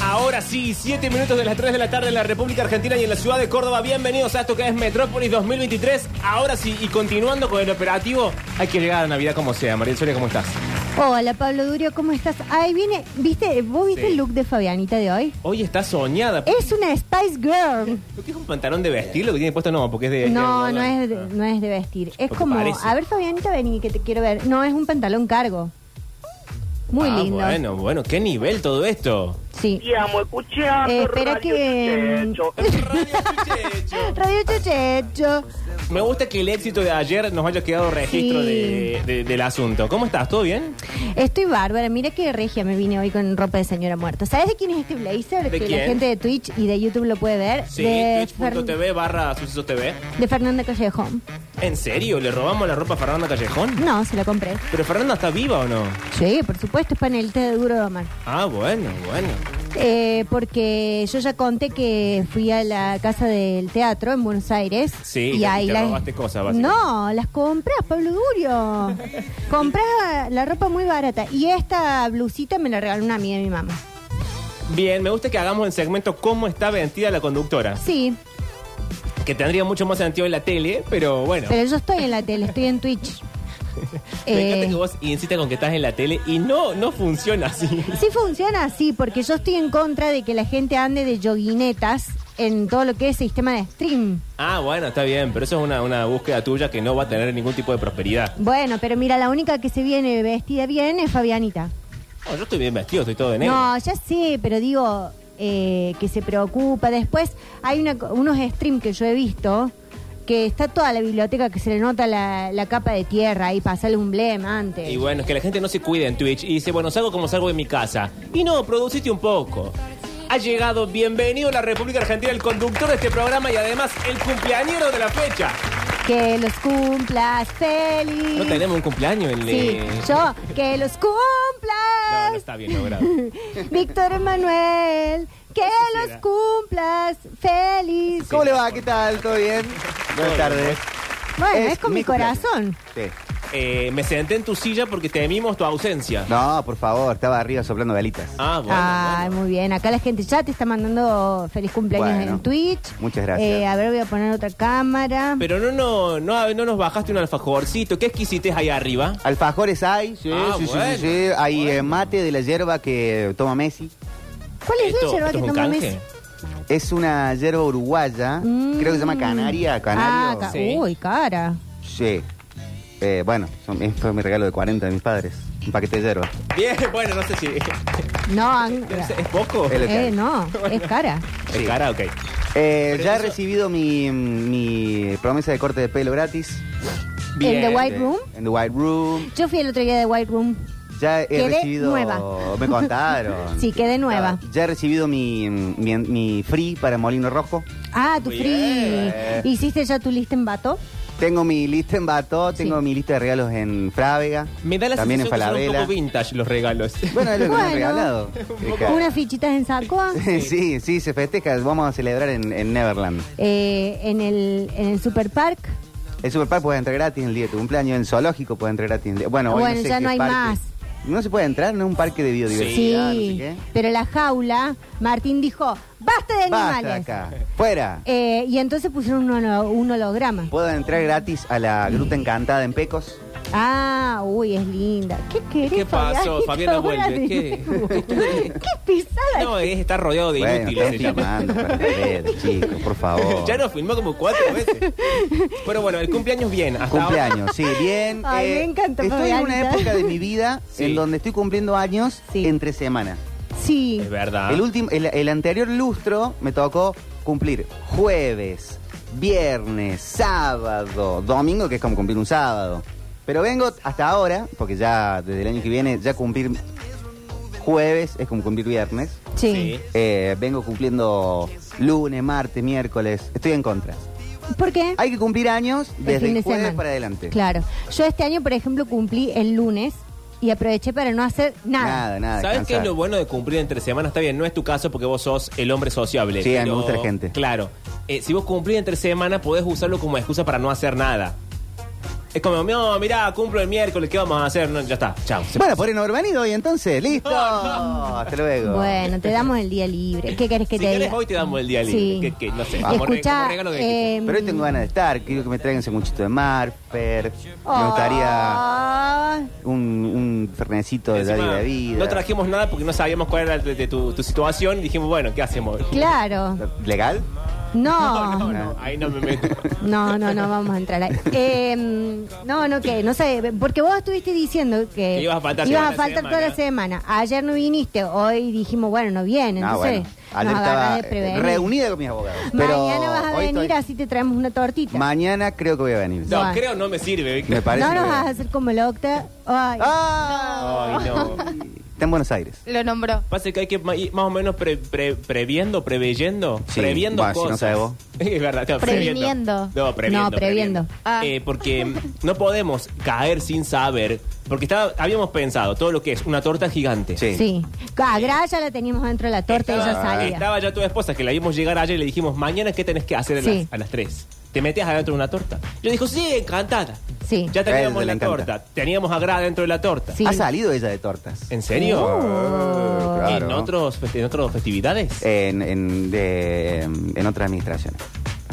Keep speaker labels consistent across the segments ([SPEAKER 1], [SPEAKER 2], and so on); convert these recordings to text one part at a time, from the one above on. [SPEAKER 1] Ahora sí, 7 minutos de las 3 de la tarde en la República Argentina y en la ciudad de Córdoba. Bienvenidos a esto que es Metrópolis 2023. Ahora sí, y continuando con el operativo, hay que llegar a Navidad como sea. María Soria, ¿cómo estás?
[SPEAKER 2] Hola Pablo Durio, ¿cómo estás? Ahí viene, ¿viste? ¿Vos viste
[SPEAKER 1] Sí.
[SPEAKER 2] el look de Fabianita de hoy?
[SPEAKER 1] Hoy está soñada.
[SPEAKER 2] Es una Spice Girl.
[SPEAKER 1] ¿Lo que es un pantalón de vestir? Lo que tiene puesto no, porque es de.
[SPEAKER 2] No,
[SPEAKER 1] de-
[SPEAKER 2] no es, de,
[SPEAKER 1] Ah.
[SPEAKER 2] no es de vestir.
[SPEAKER 1] Lo
[SPEAKER 2] Es
[SPEAKER 1] que
[SPEAKER 2] como,
[SPEAKER 1] parece.
[SPEAKER 2] a ver Fabianita, vení que te quiero ver. No, es un pantalón cargo. Muy
[SPEAKER 1] Ah,
[SPEAKER 2] lindo.
[SPEAKER 1] Bueno, bueno, qué nivel todo esto.
[SPEAKER 2] Sí.
[SPEAKER 3] Te amo, escuchando.
[SPEAKER 2] Eh, espera
[SPEAKER 3] Radio
[SPEAKER 2] que-
[SPEAKER 3] Checho.
[SPEAKER 2] Radio Chochecho.
[SPEAKER 1] Me gusta que el éxito de ayer nos haya quedado registro
[SPEAKER 2] Sí.
[SPEAKER 1] de- de- del asunto. ¿Cómo estás? ¿Todo bien?
[SPEAKER 2] Estoy bárbara, mira qué regia me vine hoy con ropa de señora muerta. ¿Sabes de quién es este blazer?
[SPEAKER 1] ¿De
[SPEAKER 2] que
[SPEAKER 1] quién?
[SPEAKER 2] la gente de Twitch y de YouTube lo puede ver.
[SPEAKER 1] Sí,
[SPEAKER 2] de, Fer-
[SPEAKER 1] twitch.tv barra sucesos TV.
[SPEAKER 2] de Fernanda Callejón.
[SPEAKER 1] ¿En serio? ¿Le robamos la ropa a Fernanda Callejón?
[SPEAKER 2] No, se la compré.
[SPEAKER 1] ¿Pero Fernanda está viva o no?
[SPEAKER 2] Sí, por supuesto, es panelita de Duro de Amar.
[SPEAKER 1] Ah, bueno, bueno.
[SPEAKER 2] Eh, porque yo ya conté que fui a la casa del teatro en Buenos Aires.
[SPEAKER 1] Sí,
[SPEAKER 2] y
[SPEAKER 1] te-
[SPEAKER 2] ahí
[SPEAKER 1] te
[SPEAKER 2] las-
[SPEAKER 1] robaste cosas, básicamente.
[SPEAKER 2] No, las compras, Pablo Durio. compras la ropa muy barata. Y esta blusita me la regaló una amiga de mi mamá.
[SPEAKER 1] Bien, me gusta que hagamos el segmento cómo está vestida la conductora.
[SPEAKER 2] Sí,
[SPEAKER 1] Que tendría mucho más sentido en la tele, pero bueno.
[SPEAKER 2] pero yo estoy en la tele, estoy en Twitch.
[SPEAKER 1] Me encanta
[SPEAKER 2] Eh,
[SPEAKER 1] que vos insistas con que estás en la tele y no, no funciona así.
[SPEAKER 2] Sí funciona así, porque yo estoy en contra de que la gente ande de joguinetas en todo lo que es sistema de stream.
[SPEAKER 1] Ah, bueno, está bien, pero eso es una, una búsqueda tuya que no va a tener ningún tipo de prosperidad.
[SPEAKER 2] Bueno, pero mira, la única que se viene vestida bien es Fabianita.
[SPEAKER 1] No, yo estoy bien vestido, estoy todo de negro.
[SPEAKER 2] No, ya sé, pero digo eh, que se preocupa. Después hay una co- unos streams que yo he visto que está toda la biblioteca que se le nota la, la capa de tierra y pasarle un blem antes.
[SPEAKER 1] Y bueno, es que la gente no se cuida en Twitch y dice, bueno, salgo como salgo de mi casa. Y no, produciste un poco. Ha llegado, bienvenido a la República Argentina, el conductor de este programa y además el cumpleañero de la fecha.
[SPEAKER 2] Que los cumplas feliz.
[SPEAKER 1] No tenemos un cumpleaños en
[SPEAKER 2] Sí, yo, que los
[SPEAKER 1] No, no
[SPEAKER 2] cumplas.
[SPEAKER 1] está bien logrado.
[SPEAKER 2] Víctor Emanuel, que los
[SPEAKER 1] era.
[SPEAKER 2] cumplas feliz.
[SPEAKER 4] ¿Cómo le va? ¿Qué tal? ¿Todo bien? Buenas tardes.
[SPEAKER 2] Bueno, es,
[SPEAKER 4] Es
[SPEAKER 2] con mi
[SPEAKER 4] mi cumpleaños.
[SPEAKER 2] corazón.
[SPEAKER 4] Sí.
[SPEAKER 1] Eh, me senté en tu silla porque temimos tu ausencia.
[SPEAKER 4] No, por favor, estaba arriba soplando velitas.
[SPEAKER 1] Ah, bueno.
[SPEAKER 2] Ay,
[SPEAKER 1] bueno.
[SPEAKER 2] muy bien. Acá la gente ya te está mandando feliz cumpleaños
[SPEAKER 4] Bueno,
[SPEAKER 2] en Twitch.
[SPEAKER 4] muchas gracias.
[SPEAKER 2] Eh, a ver, voy a poner otra cámara.
[SPEAKER 1] Pero no, no, no, no nos bajaste un alfajorcito. ¿Qué exquisites ahí arriba?
[SPEAKER 4] Alfajores hay, sí,
[SPEAKER 1] Ah,
[SPEAKER 4] sí, sí,
[SPEAKER 1] bueno,
[SPEAKER 4] sí, sí. Hay
[SPEAKER 1] bueno.
[SPEAKER 4] eh, mate de la hierba que toma Messi.
[SPEAKER 2] ¿Cuál es la
[SPEAKER 1] Esto-
[SPEAKER 2] yerba
[SPEAKER 1] esto
[SPEAKER 2] que
[SPEAKER 1] es un
[SPEAKER 2] toma
[SPEAKER 1] canje.
[SPEAKER 2] Messi?
[SPEAKER 4] Es una hierba uruguaya,
[SPEAKER 2] Mm.
[SPEAKER 4] creo que se llama canaria,
[SPEAKER 2] Ah,
[SPEAKER 4] canario.
[SPEAKER 2] ca-
[SPEAKER 1] Sí.
[SPEAKER 2] uy, cara.
[SPEAKER 4] Sí. Eh, bueno, son- es- fue mi regalo de 40 de mis padres. Un paquete de hierba.
[SPEAKER 1] Bien, bueno, no sé si.
[SPEAKER 2] No, an-
[SPEAKER 1] ¿Es, es poco?
[SPEAKER 4] El-
[SPEAKER 2] eh, no, es cara.
[SPEAKER 1] Es cara, ok.
[SPEAKER 4] Eh,
[SPEAKER 1] Pero
[SPEAKER 4] ya he
[SPEAKER 1] eso-
[SPEAKER 4] recibido mi, mi promesa de corte de pelo gratis.
[SPEAKER 2] ¿El de White
[SPEAKER 4] Eh,
[SPEAKER 2] Room?
[SPEAKER 4] En The White Room.
[SPEAKER 2] Yo fui el otro día de White Room.
[SPEAKER 4] Ya he
[SPEAKER 2] Quedé
[SPEAKER 4] recibido.
[SPEAKER 2] nueva.
[SPEAKER 4] Me contaron.
[SPEAKER 2] Sí, quedé nueva.
[SPEAKER 4] Ya he recibido mi, mi, mi free para Molino Rojo.
[SPEAKER 2] Ah, tu
[SPEAKER 1] Muy
[SPEAKER 2] free.
[SPEAKER 4] bien.
[SPEAKER 2] ¿Hiciste ya tu lista en vato?
[SPEAKER 4] Tengo mi lista en Bato, tengo
[SPEAKER 2] Sí.
[SPEAKER 4] mi lista de regalos en Frávega.
[SPEAKER 1] Me da la
[SPEAKER 4] también en
[SPEAKER 1] sensación que son un
[SPEAKER 4] Falabella.
[SPEAKER 1] poco vintage los regalos.
[SPEAKER 4] bueno, es lo que me
[SPEAKER 2] Bueno.
[SPEAKER 4] han regalado. Acá.
[SPEAKER 2] Unas fichitas en Sacoa.
[SPEAKER 4] sí, sí, se festeja. Vamos a celebrar en, en Neverland.
[SPEAKER 2] eh, en el, en el Super Park.
[SPEAKER 4] El Superpark puede entrar gratis el día de tu cumpleaños. En Zoológico puede entrar gratis. el día- Bueno, hoy
[SPEAKER 2] Bueno,
[SPEAKER 4] no sé
[SPEAKER 2] ya
[SPEAKER 4] qué
[SPEAKER 2] no hay
[SPEAKER 4] parque.
[SPEAKER 2] más.
[SPEAKER 4] No se puede entrar, no es un parque de
[SPEAKER 2] Sí,
[SPEAKER 4] biodiversidad, ah, no sé qué.
[SPEAKER 2] pero la jaula, Martín dijo, basta de
[SPEAKER 4] Basta de
[SPEAKER 2] animales.
[SPEAKER 4] acá. Fuera.
[SPEAKER 2] Eh, y entonces pusieron un, holo- un holograma.
[SPEAKER 4] Puedo entrar gratis a la Gruta Encantada en Pecos.
[SPEAKER 2] Ah, uy, es linda. ¿Qué querés,
[SPEAKER 1] ¿Qué pasó? Fabiana
[SPEAKER 2] Ahora
[SPEAKER 1] vuelve.
[SPEAKER 2] de
[SPEAKER 1] ¿Qué?
[SPEAKER 2] nuevo. ¿Qué pisada?
[SPEAKER 1] No, es estar rodeado de
[SPEAKER 4] bueno,
[SPEAKER 1] inútiles.
[SPEAKER 4] están
[SPEAKER 1] se llama.
[SPEAKER 4] filmando, Fernando, chico, por favor.
[SPEAKER 1] ya nos filmó como cuatro veces. Pero bueno, el cumpleaños bien. Hasta ahora.
[SPEAKER 4] Cumpleaños, sí, bien. eh,
[SPEAKER 2] Ay, me encanta,
[SPEAKER 4] Estoy en una
[SPEAKER 2] Fabianita.
[SPEAKER 4] época de mi vida
[SPEAKER 1] Sí.
[SPEAKER 4] en donde estoy cumpliendo años
[SPEAKER 2] Sí.
[SPEAKER 4] entre semana.
[SPEAKER 2] Sí.
[SPEAKER 1] Es verdad.
[SPEAKER 4] El, último, el, el anterior lustro me tocó cumplir jueves, viernes, sábado, domingo, que es como cumplir un sábado. Pero vengo hasta ahora, porque ya desde el año que viene, ya cumplir jueves es como cumplir viernes.
[SPEAKER 2] Sí.
[SPEAKER 1] Sí.
[SPEAKER 4] Eh, vengo cumpliendo lunes, martes, miércoles. Estoy en contra.
[SPEAKER 2] ¿Por qué?
[SPEAKER 4] Hay que cumplir años
[SPEAKER 2] El
[SPEAKER 4] desde
[SPEAKER 2] fin
[SPEAKER 4] el
[SPEAKER 2] de
[SPEAKER 4] jueves
[SPEAKER 2] semana.
[SPEAKER 4] para adelante.
[SPEAKER 2] Claro. Yo este año, por ejemplo, cumplí el lunes y aproveché para no hacer nada.
[SPEAKER 4] Nada, nada.
[SPEAKER 1] ¿Sabes qué es
[SPEAKER 4] descansar.
[SPEAKER 1] lo bueno de cumplir entre semanas? Está bien, no es tu caso porque vos sos el hombre sociable.
[SPEAKER 4] Sí, a mí me gusta la gente.
[SPEAKER 1] Claro. Eh, si vos cumplís entre semana, podés usarlo como excusa para no hacer nada. Es como, no, mirá, cumplo el miércoles, ¿qué vamos a hacer? No, ya está, chao. Se-
[SPEAKER 4] Bueno, por en Urbanido hoy entonces, listo.
[SPEAKER 1] No,
[SPEAKER 4] Hasta luego.
[SPEAKER 2] Bueno, te damos el día libre. ¿Qué querés que
[SPEAKER 1] Si
[SPEAKER 2] te
[SPEAKER 1] querés,
[SPEAKER 2] diga?
[SPEAKER 1] hoy te damos el día libre,
[SPEAKER 2] Sí.
[SPEAKER 1] que- que no sé,
[SPEAKER 2] Escuchá,
[SPEAKER 1] como re- como regalo de-
[SPEAKER 2] em,
[SPEAKER 4] Pero hoy tengo ganas de estar, quiero que me traigan muchito de Marper. Me gustaría
[SPEAKER 2] Ah,
[SPEAKER 4] un, un fernecito de
[SPEAKER 1] Encima,
[SPEAKER 4] Daddy de vida.
[SPEAKER 1] No trajimos nada porque no sabíamos cuál era de, de tu, tu situación y dijimos, bueno, ¿qué hacemos?
[SPEAKER 2] Claro.
[SPEAKER 4] ¿Legal?
[SPEAKER 2] No.
[SPEAKER 1] No, no, ahí no me meto.
[SPEAKER 2] No, no, no, vamos a entrar ahí. Em, no, no, que, no sé, porque vos estuviste diciendo que,
[SPEAKER 1] Que ibas a faltar
[SPEAKER 2] ibas
[SPEAKER 1] toda
[SPEAKER 2] a
[SPEAKER 1] la
[SPEAKER 2] faltar toda la semana. Ayer no viniste, hoy dijimos, bueno, no viene,
[SPEAKER 4] Ah,
[SPEAKER 2] entonces
[SPEAKER 4] bueno. Ayer
[SPEAKER 2] nos agarrás
[SPEAKER 4] estaba
[SPEAKER 2] de prevenir.
[SPEAKER 4] eh, reunida con mis abogados. Pero
[SPEAKER 2] Mañana vas a
[SPEAKER 4] hoy
[SPEAKER 2] venir,
[SPEAKER 4] estoy-
[SPEAKER 2] así te traemos una tortita.
[SPEAKER 4] Mañana creo que voy a venir.
[SPEAKER 1] No,
[SPEAKER 2] Bueno.
[SPEAKER 1] creo no me sirve,
[SPEAKER 4] Me
[SPEAKER 1] Víctor.
[SPEAKER 4] parece.
[SPEAKER 2] no
[SPEAKER 4] que
[SPEAKER 2] nos
[SPEAKER 4] voy a
[SPEAKER 2] vas a
[SPEAKER 4] venir.
[SPEAKER 2] hacer como la octa. Ay,
[SPEAKER 4] ¡Ah!
[SPEAKER 1] Ay, no.
[SPEAKER 4] Está en Buenos Aires.
[SPEAKER 3] Lo nombró.
[SPEAKER 1] Pasa que hay que ma- ir más o menos pre- pre- previendo, preveyendo,
[SPEAKER 4] Sí,
[SPEAKER 1] previendo
[SPEAKER 4] bueno, si
[SPEAKER 1] cosas.
[SPEAKER 4] no sabes vos.
[SPEAKER 1] es verdad, no,
[SPEAKER 3] Previniendo.
[SPEAKER 1] No, previendo.
[SPEAKER 2] No, previendo.
[SPEAKER 3] Ah.
[SPEAKER 1] Eh, porque mm, no podemos caer sin saber, porque estaba- habíamos pensado todo lo que es una torta gigante.
[SPEAKER 4] Sí.
[SPEAKER 2] sí. Ah, Graya la teníamos dentro de la torta y ella salía.
[SPEAKER 1] Estaba ya tu esposa, que la vimos llegar ayer y le dijimos, mañana qué tenés que hacer a las,
[SPEAKER 2] Sí.
[SPEAKER 1] a las 3. ¿Te metías adentro de una torta? Yo dijo, sí, encantada.
[SPEAKER 2] Sí.
[SPEAKER 1] Ya teníamos
[SPEAKER 4] Ella le
[SPEAKER 1] la
[SPEAKER 4] encanta.
[SPEAKER 1] torta. Teníamos a Gra dentro de la torta.
[SPEAKER 2] Sí.
[SPEAKER 4] Ha salido ella de tortas.
[SPEAKER 1] ¿En serio?
[SPEAKER 4] Ah, claro. Eh.
[SPEAKER 1] ¿En, otros, festi- ¿En otras festividades?
[SPEAKER 4] En, en, de- en otra administración.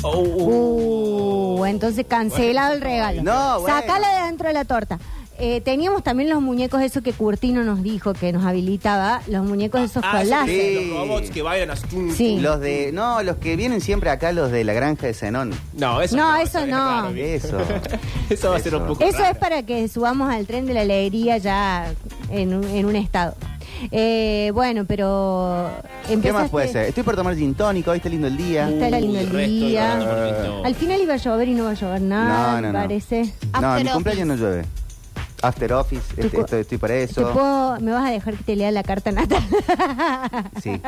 [SPEAKER 1] Oh,
[SPEAKER 2] Uh, entonces cancelado el regalo.
[SPEAKER 4] No, bueno.
[SPEAKER 2] Sacala de dentro de la torta. Eh, teníamos también los muñecos, eso que Curtino nos dijo que nos habilitaba, los muñecos Uh, esos
[SPEAKER 1] Ah,
[SPEAKER 2] con
[SPEAKER 1] sí,
[SPEAKER 2] láser.
[SPEAKER 4] sí.
[SPEAKER 1] Los robots que bailan así. tum,
[SPEAKER 2] Sí.
[SPEAKER 4] Los de. No, los que vienen siempre acá, los de la granja de Zenón.
[SPEAKER 1] No, eso
[SPEAKER 2] No,
[SPEAKER 1] no.
[SPEAKER 2] eso
[SPEAKER 1] es
[SPEAKER 2] no.
[SPEAKER 1] raro, Vic.
[SPEAKER 4] Eso.
[SPEAKER 1] Eso va a ser un
[SPEAKER 4] Eso.
[SPEAKER 1] poco
[SPEAKER 2] Eso
[SPEAKER 1] raro.
[SPEAKER 2] es para que subamos al tren de la alegría ya en un, en un estado. Eh, bueno, pero
[SPEAKER 4] ¿Qué
[SPEAKER 2] empezaste-
[SPEAKER 4] más puede ser? Estoy por tomar gin tónico, hoy está lindo el día.
[SPEAKER 2] Está la
[SPEAKER 1] Uy,
[SPEAKER 2] lindo el
[SPEAKER 1] resto,
[SPEAKER 2] día.
[SPEAKER 1] no, no, no.
[SPEAKER 2] Al final iba a llover y no va a llover nada,
[SPEAKER 4] No, no,
[SPEAKER 2] me
[SPEAKER 4] no.
[SPEAKER 2] parece.
[SPEAKER 4] No, en mi
[SPEAKER 3] After
[SPEAKER 4] cumpleaños no llueve. After Office,
[SPEAKER 2] Tu
[SPEAKER 4] este,
[SPEAKER 2] cu-
[SPEAKER 4] estoy, estoy para
[SPEAKER 2] ¿Te
[SPEAKER 4] eso.
[SPEAKER 2] puedo- ¿Me vas a dejar que te lea la carta natal?
[SPEAKER 4] Sí.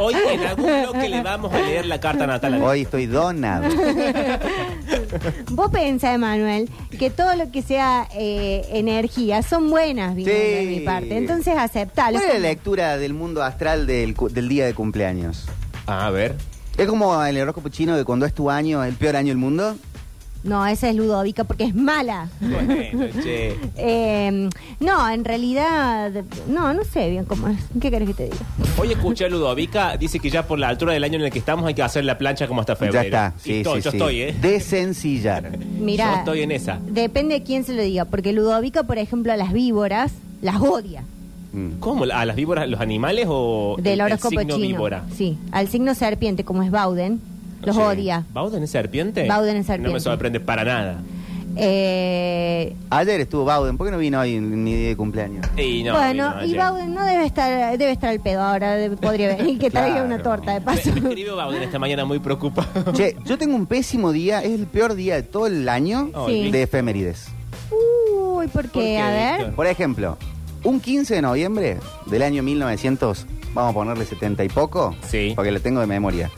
[SPEAKER 1] Hoy en algún bloque le vamos a leer la carta natal. a Vic.
[SPEAKER 4] Hoy estoy donado.
[SPEAKER 2] Vos pensás, Manuel, que todo lo que sea eh, energía son buenas, vienen de
[SPEAKER 4] Sí.
[SPEAKER 2] mi parte. Entonces aceptalo.
[SPEAKER 4] ¿Cuál es la lectura del mundo astral del, cu- del día de cumpleaños?
[SPEAKER 1] Ah, a ver.
[SPEAKER 4] Es como el horóscopo chino de cuando es tu año, el peor año del mundo.
[SPEAKER 2] No, esa es Ludovica porque es mala.
[SPEAKER 1] Bueno, che.
[SPEAKER 2] Eh, no, en realidad, no, no sé bien cómo es. ¿Qué querés que te diga?
[SPEAKER 1] Hoy escuché a Ludovica, dice que ya por la altura del año en el que estamos hay que hacer la plancha como hasta
[SPEAKER 4] Ya
[SPEAKER 1] febrero.
[SPEAKER 4] está.
[SPEAKER 1] Y
[SPEAKER 4] Sí,
[SPEAKER 1] estoy-
[SPEAKER 4] sí,
[SPEAKER 1] yo
[SPEAKER 4] sí.
[SPEAKER 1] estoy, ¿eh?
[SPEAKER 4] Desencillar.
[SPEAKER 2] Mira,
[SPEAKER 1] Yo estoy en esa.
[SPEAKER 2] depende de quién se lo diga, porque Ludovica, por ejemplo, a las víboras las odia.
[SPEAKER 4] Mm.
[SPEAKER 1] ¿Cómo? ¿A las víboras, los animales o el-
[SPEAKER 2] Del horóscopo
[SPEAKER 1] el signo
[SPEAKER 2] chino.
[SPEAKER 1] víbora?
[SPEAKER 2] Sí, al signo serpiente, como es Bauden, los
[SPEAKER 4] Sí.
[SPEAKER 2] odia.
[SPEAKER 1] ¿Bauden es serpiente?
[SPEAKER 2] Bauden es
[SPEAKER 1] No me
[SPEAKER 2] serpiente.
[SPEAKER 1] sorprende para nada.
[SPEAKER 2] Eh,
[SPEAKER 4] Ayer estuvo Bauden, ¿por qué no vino hoy en mi día de cumpleaños?
[SPEAKER 1] Y no,
[SPEAKER 2] bueno,
[SPEAKER 1] no,
[SPEAKER 2] y
[SPEAKER 1] che.
[SPEAKER 2] Bauden no debe estar, debe estar al pedo ahora, debe- podría venir que traiga
[SPEAKER 4] Claro.
[SPEAKER 2] una torta de paso.
[SPEAKER 1] Me, me escribió Bauden esta mañana muy preocupado.
[SPEAKER 4] Che, yo tengo un pésimo día, es el peor día de todo el año
[SPEAKER 2] Sí.
[SPEAKER 4] de efemérides.
[SPEAKER 2] Uy, ¿por qué?
[SPEAKER 1] ¿Por qué,
[SPEAKER 2] a ver.
[SPEAKER 1] Víctor?
[SPEAKER 4] Por ejemplo, un 15 de noviembre del año 1900, vamos a ponerle 70 y poco,
[SPEAKER 1] Sí.
[SPEAKER 4] porque lo tengo de memoria,